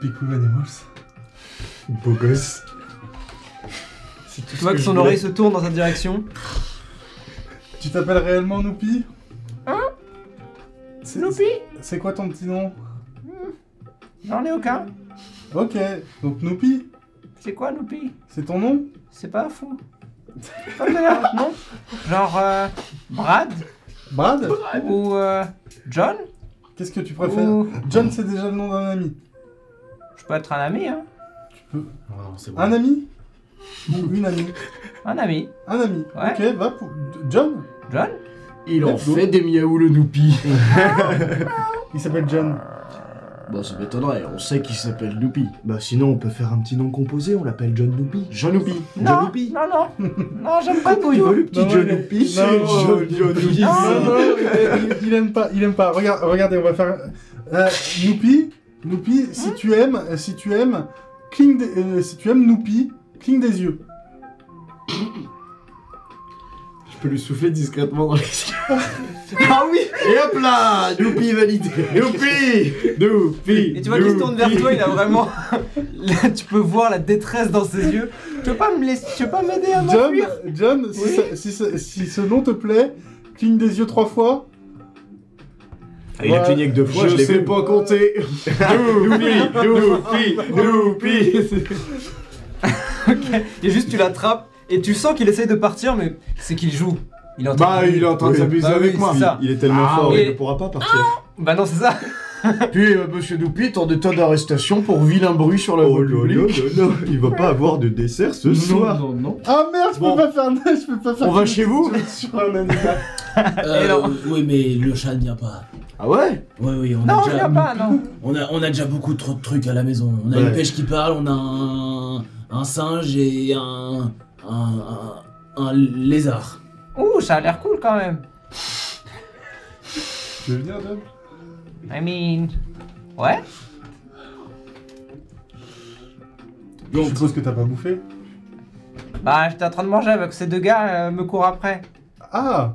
Speaker 3: Speak with animals.
Speaker 7: Beau gosse. C'est tout
Speaker 1: Tu
Speaker 7: ce
Speaker 1: vois que
Speaker 7: je
Speaker 1: son
Speaker 7: voulais.
Speaker 1: oreille se tourne dans ta direction.
Speaker 3: Tu t'appelles réellement Noupi Hein Noupi C'est quoi ton petit nom
Speaker 1: J'en ai aucun.
Speaker 3: Ok, donc Noupi,
Speaker 1: C'est quoi, Noupi
Speaker 3: c'est ton nom
Speaker 1: C'est pas fou. Comme de là, non Genre euh, Brad
Speaker 3: Brad
Speaker 1: ou euh, John
Speaker 3: Qu'est-ce que tu préfères
Speaker 1: ou-
Speaker 3: John, c'est déjà le nom d'un ami.
Speaker 1: Je peux être un ami, hein
Speaker 6: Non, c'est bon.
Speaker 3: Un ami Ou une amie
Speaker 1: Un ami.
Speaker 3: Un ami.
Speaker 1: Ouais.
Speaker 3: Ok, va pour. John
Speaker 1: John
Speaker 7: Il en
Speaker 3: Let's go.
Speaker 7: fait des miaou le Noupi.
Speaker 3: Il s'appelle John.
Speaker 7: Bah ça m'étonnerait, on sait qu'il s'appelle Noupi. Bah sinon on peut faire un petit nom composé, on l'appelle John Noupi. John Noupi. John
Speaker 1: Non,
Speaker 7: Noupi.
Speaker 1: non, non. Non, j'aime pas
Speaker 7: Tu vois
Speaker 1: Nouillou.
Speaker 7: le petit
Speaker 3: Non,
Speaker 7: John
Speaker 3: mais-
Speaker 7: Noupi
Speaker 3: non,
Speaker 7: C'est John John Noupi.
Speaker 3: Non, non, il, il- il aime pas, il aime pas. Regarde, regardez, on va faire. Euh, Noupi, Noupi, si tu aimes, euh, si tu aimes, cligne des, euh, si tu aimes Noupi, cligne des yeux.
Speaker 7: Je peux lui souffler discrètement dans les yeux. ah oui Et hop là Noupi validé Noupi Noupi
Speaker 1: Et tu vois qu'il se tourne vers toi, il a vraiment. Là, tu peux voir la détresse dans ses yeux. Tu veux pas me laisser, tu veux pas m'aider à
Speaker 3: John,
Speaker 1: m'enfuir
Speaker 3: John, si,
Speaker 1: Oui.
Speaker 3: ça- si ça- si ce nom te plaît, cligne des yeux trois fois. Ah,
Speaker 7: Il a cligné que deux
Speaker 3: fois, je l'ai
Speaker 7: sais
Speaker 3: vu.
Speaker 7: pas compter Noupi Noupi Noupi
Speaker 1: Et juste tu l'attrapes et tu sens qu'il essaye de partir mais c'est qu'il joue.
Speaker 13: Il est en train
Speaker 5: Bah,
Speaker 13: de-
Speaker 5: il est en train de
Speaker 13: Oui.
Speaker 5: s'abuser
Speaker 13: Bah oui,
Speaker 5: avec
Speaker 13: c'est
Speaker 5: moi.
Speaker 13: ça.
Speaker 7: Il est tellement
Speaker 5: Ah,
Speaker 7: fort,
Speaker 13: oui.
Speaker 7: il ne pourra pas partir.
Speaker 13: Bah non, c'est ça.
Speaker 5: Puis, euh, monsieur Doupit, en état d'arrestation pour vilain bruit sur la
Speaker 7: Oh
Speaker 5: voie
Speaker 7: non,
Speaker 5: publique.
Speaker 7: non, non, non, il va pas avoir de dessert ce soir.
Speaker 5: Non, non, non.
Speaker 3: Ah merde, je
Speaker 5: Bon.
Speaker 3: peux pas faire, je peux pas faire.
Speaker 5: On va chez vous
Speaker 3: sur un animal.
Speaker 6: Euh, oui, mais le chat ne vient pas.
Speaker 5: Ah ouais
Speaker 6: Oui, oui, on a
Speaker 1: Non, il n'y
Speaker 6: déjà.
Speaker 1: a pas, non.
Speaker 6: On a, on a déjà beaucoup trop de trucs à la maison. On a
Speaker 7: Ouais.
Speaker 6: une pêche qui parle, on a un, un singe et un, un, un- un lézard.
Speaker 1: Ouh, ça a l'air cool quand même.
Speaker 3: Tu veux venir, Dom
Speaker 1: I mean. Ouais.
Speaker 3: Je suppose que t'as pas bouffé.
Speaker 1: Bah, j'étais en train de manger avec ces deux gars, euh, me courent après.
Speaker 3: Ah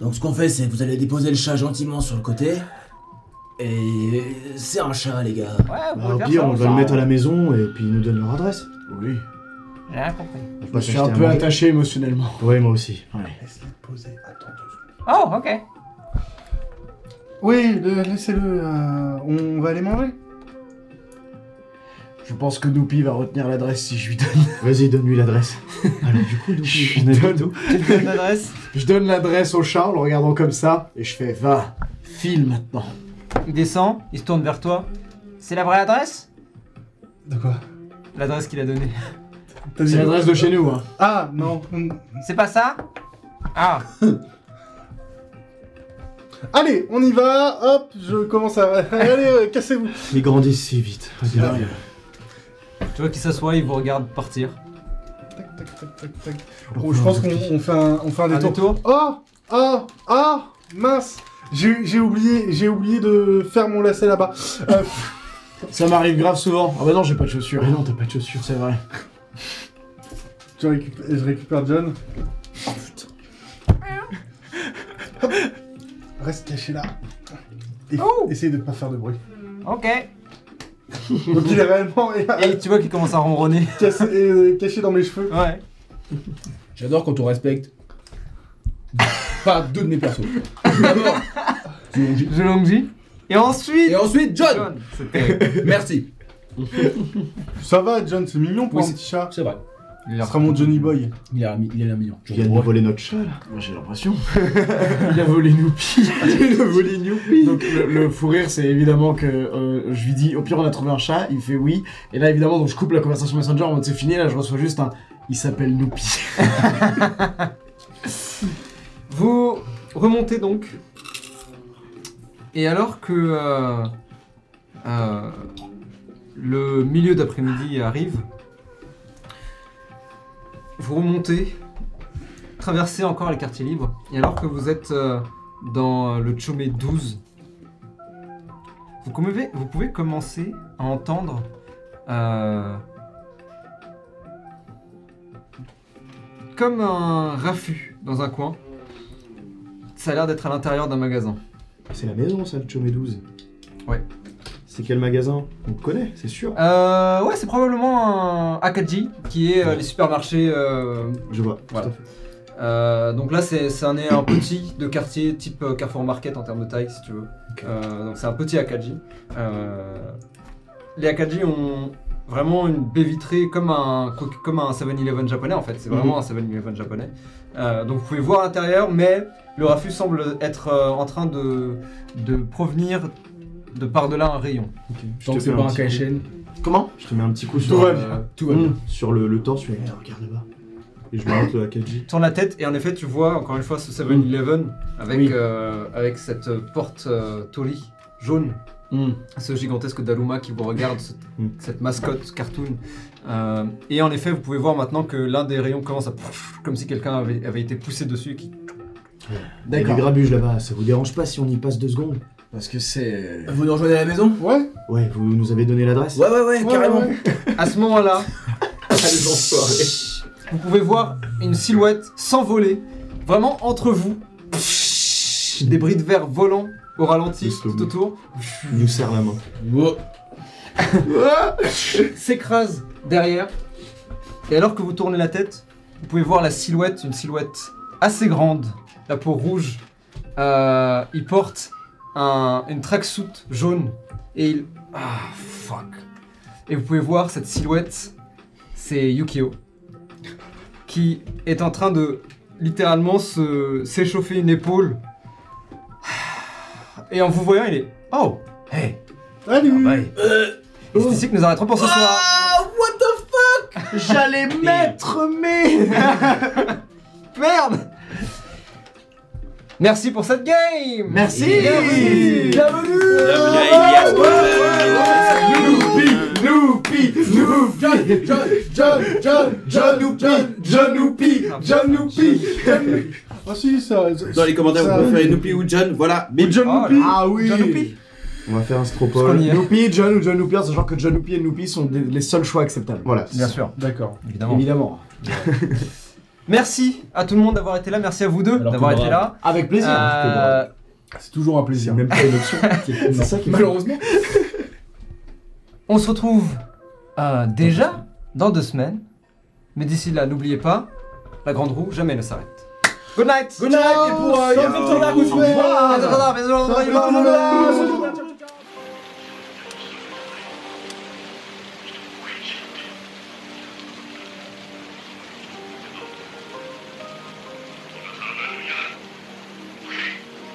Speaker 6: Donc ce qu'on fait, c'est que vous allez déposer le chat gentiment sur le côté. Et c'est un chat, les gars.
Speaker 1: Ouais, vous
Speaker 7: Bah,
Speaker 1: pouvez
Speaker 7: au
Speaker 1: faire
Speaker 7: pire,
Speaker 1: ça,
Speaker 7: on va
Speaker 1: ça.
Speaker 7: le mettre à la maison et puis ils nous donnent leur adresse.
Speaker 5: Oui.
Speaker 1: J'ai
Speaker 7: Bah,
Speaker 1: rien compris.
Speaker 7: On va
Speaker 5: Je me
Speaker 7: pas
Speaker 5: suis
Speaker 7: s'acheter
Speaker 5: un
Speaker 7: à
Speaker 5: peu
Speaker 7: manger.
Speaker 5: attaché émotionnellement.
Speaker 7: Ouais, moi aussi. ouais.
Speaker 3: Laisse-le poser, attends deux secondes.
Speaker 1: Oh, ok.
Speaker 3: Oui, le- laissez-le, euh, on va aller manger.
Speaker 5: Je pense que Doupi va retenir l'adresse si je lui donne.
Speaker 7: Vas-y, donne-lui l'adresse. Alors, du coup, donc,
Speaker 5: Je
Speaker 7: on a
Speaker 5: donne-
Speaker 7: dit tout.
Speaker 1: Tu te donnes l'adresse
Speaker 5: Je donne l'adresse au chat en le regardant comme ça et je fais va, file maintenant.
Speaker 1: Il descend, il se tourne vers toi. C'est la vraie adresse
Speaker 3: De quoi
Speaker 1: L'adresse qu'il a donnée.
Speaker 3: T'as dit
Speaker 5: C'est l'adresse de chez nous, hein.
Speaker 3: Ah non.
Speaker 1: C'est pas ça Ah,
Speaker 3: Allez, on y va. Hop, je commence à. Allez, euh, cassez-vous.
Speaker 7: Ils grandissent si vite. Regarde.
Speaker 1: tu vois qu'il s'assoit, il vous regarde partir.
Speaker 3: Tac, tac, tac, tac, tac. Oh, je pense qu'on on fait un, on fait un
Speaker 1: Un détour
Speaker 3: détour. Oh, oh, oh, mince. J'ai j'ai oublié, j'ai oublié de faire mon lacet là-bas. Euh,
Speaker 5: Ça m'arrive grave souvent. Ah bah non, j'ai pas de chaussures.
Speaker 7: Ah non, t'as pas de chaussures.
Speaker 5: C'est vrai.
Speaker 3: je, récupère, je récupère John. Oh putain. Hop. Reste caché là. Et
Speaker 1: Oh.
Speaker 3: essaye de pas faire de bruit.
Speaker 1: Ok.
Speaker 3: Donc il est réellement
Speaker 1: Et tu vois qu'il commence à ronronner.
Speaker 3: cassé- euh, caché dans mes cheveux.
Speaker 1: Ouais.
Speaker 14: J'adore quand on respecte. Pas deux de mes persos. D'abord, Zulonji.
Speaker 1: Je l'ongis. Et ensuite.
Speaker 14: Et ensuite, John
Speaker 1: John, c'était-
Speaker 14: Merci.
Speaker 3: Ça va, John, c'est mignon pour
Speaker 14: Oui,
Speaker 3: un petit chat.
Speaker 14: C'est vrai.
Speaker 3: Il sera mon Johnny Boy.
Speaker 14: Il a mis- il a l'air mignon.
Speaker 7: Ils viennent de voler notre chat, là.
Speaker 5: Moi j'ai l'impression. Il a volé Noupi. Il a volé Noupi. Donc le, le fou rire, c'est évidemment que euh, je lui dis au pire on a trouvé un chat, il fait oui. Et là évidemment, donc je coupe la conversation Messenger en mode c'est fini, là je reçois juste un. Il s'appelle Noupi.
Speaker 1: Vous remontez donc. Et alors que euh, euh, le milieu d'après-midi arrive, vous remontez, traversez encore les quartiers libres. Et alors que vous êtes euh, dans le Chomé 12, vous pouvez, vous pouvez commencer à entendre euh, comme un raffut dans un coin. Ça a l'air d'être à l'intérieur d'un magasin.
Speaker 7: C'est la maison, ça, le Chomé 12.
Speaker 1: Ouais.
Speaker 7: C'est quel magasin On te connaît, c'est sûr.
Speaker 1: Euh, ouais, c'est probablement un Akaji, qui est euh, les supermarchés. euh,
Speaker 7: Je vois. tout
Speaker 1: Voilà.
Speaker 7: à fait.
Speaker 1: euh, donc là, c'est c'est un, un petit de quartier type euh, Carrefour Market en termes de taille, si tu veux.
Speaker 7: Ok.
Speaker 1: Euh, donc c'est un petit Akaji. Euh, les Akaji ont vraiment une baie vitrée comme un, co- comme un 7-Eleven japonais en fait. C'est vraiment un 7-Eleven japonais. Euh, donc vous pouvez voir l'intérieur, mais le raffut semble être euh, en train de, de provenir de par-delà un rayon.
Speaker 7: Ok. Je
Speaker 14: Tant
Speaker 7: te
Speaker 14: que c'est
Speaker 7: fais
Speaker 14: pas
Speaker 7: un
Speaker 14: un
Speaker 7: petit coup-
Speaker 14: KHN,
Speaker 5: Comment
Speaker 7: Je te mets un petit coup sur,
Speaker 5: Tout va
Speaker 7: euh,
Speaker 5: bien.
Speaker 14: tout va bien.
Speaker 7: sur le, le torse. Je fais, Regarde, regarde là-bas. Et je lui montre le AKG.
Speaker 1: tourne la tête et en effet tu vois encore une fois ce 7-Eleven avec,
Speaker 5: Oui.
Speaker 1: euh, avec cette euh, porte euh, Tori jaune, ce gigantesque Daluma qui vous regarde, ce-
Speaker 7: Mm.
Speaker 1: cette mascotte cartoon. Euh, et en effet vous pouvez voir maintenant que l'un des rayons commence à... pouf, comme si quelqu'un avait, avait été poussé dessus. et Qui...
Speaker 7: Il y a des
Speaker 5: D'accord.
Speaker 7: grabuges là-bas. Ça vous dérange pas si on y passe deux secondes
Speaker 5: Parce que c'est.
Speaker 6: Vous nous rejoignez à la maison
Speaker 3: Ouais,
Speaker 7: Ouais, vous nous avez donné l'adresse
Speaker 6: ouais, ouais,
Speaker 3: ouais,
Speaker 6: Eh, carrément.
Speaker 3: ouais.
Speaker 1: À ce moment-là
Speaker 7: Quels enfoirés.
Speaker 1: vous pouvez voir une silhouette s'envoler, vraiment entre vous. Des bris de verre volants au ralenti
Speaker 7: Le slow-mo.
Speaker 1: tout autour.
Speaker 7: Il nous serre la main.
Speaker 14: Wow.
Speaker 1: s'écrase derrière. Et alors que vous tournez la tête, vous pouvez voir la silhouette, une silhouette assez grande, la peau rouge. Euh, il porte un, une tracksuit jaune et il. Ah, fuck. Et vous pouvez voir cette silhouette, c'est Yukio, qui est en train de littéralement se- s'échauffer une épaule. Et en vous voyant, il est Oh Hey
Speaker 3: Salut
Speaker 1: Et C'est ici que nous arrêterons pour ce soir.
Speaker 15: Ah, J'allais mettre mais.
Speaker 1: Merde Merci pour cette game
Speaker 15: Merci.
Speaker 1: Bienvenue.
Speaker 6: John, John, John, John John.
Speaker 3: Ah si, ça...
Speaker 7: Dans les commentaires, vous pouvez faire Noupi ou John, voilà. Mais John
Speaker 1: Oh là là.
Speaker 5: Ah oui
Speaker 1: John Oupi.
Speaker 5: On va faire un
Speaker 1: Parce
Speaker 5: stropole.
Speaker 1: qu'on y est.
Speaker 5: Noupi, John ou John Noupier, sachant que John Noupi et Noupi sont des- les seuls choix acceptables. Voilà.
Speaker 1: Bien sûr,
Speaker 6: D'accord.
Speaker 1: évidemment.
Speaker 5: Évidemment.
Speaker 1: Merci à tout le monde d'avoir été là, merci à vous deux
Speaker 6: Alors que
Speaker 1: d'avoir été
Speaker 6: bravo.
Speaker 1: là.
Speaker 5: Avec plaisir.
Speaker 1: Euh,
Speaker 6: C'est toujours un
Speaker 5: C'est
Speaker 6: plaisir.
Speaker 5: même pas une option. C'est ça qui est malheureux.
Speaker 6: Malheureusement.
Speaker 1: on se retrouve euh, déjà dans deux semaines. Mais d'ici là, n'oubliez pas, la grande roue jamais ne s'arrête. Good night
Speaker 3: Good night, et pour... euh,
Speaker 7: Ciao.
Speaker 3: Yavin Tolak, vous souhaite-
Speaker 1: À tout à l'heure, bisous, au revoir.
Speaker 3: Salut.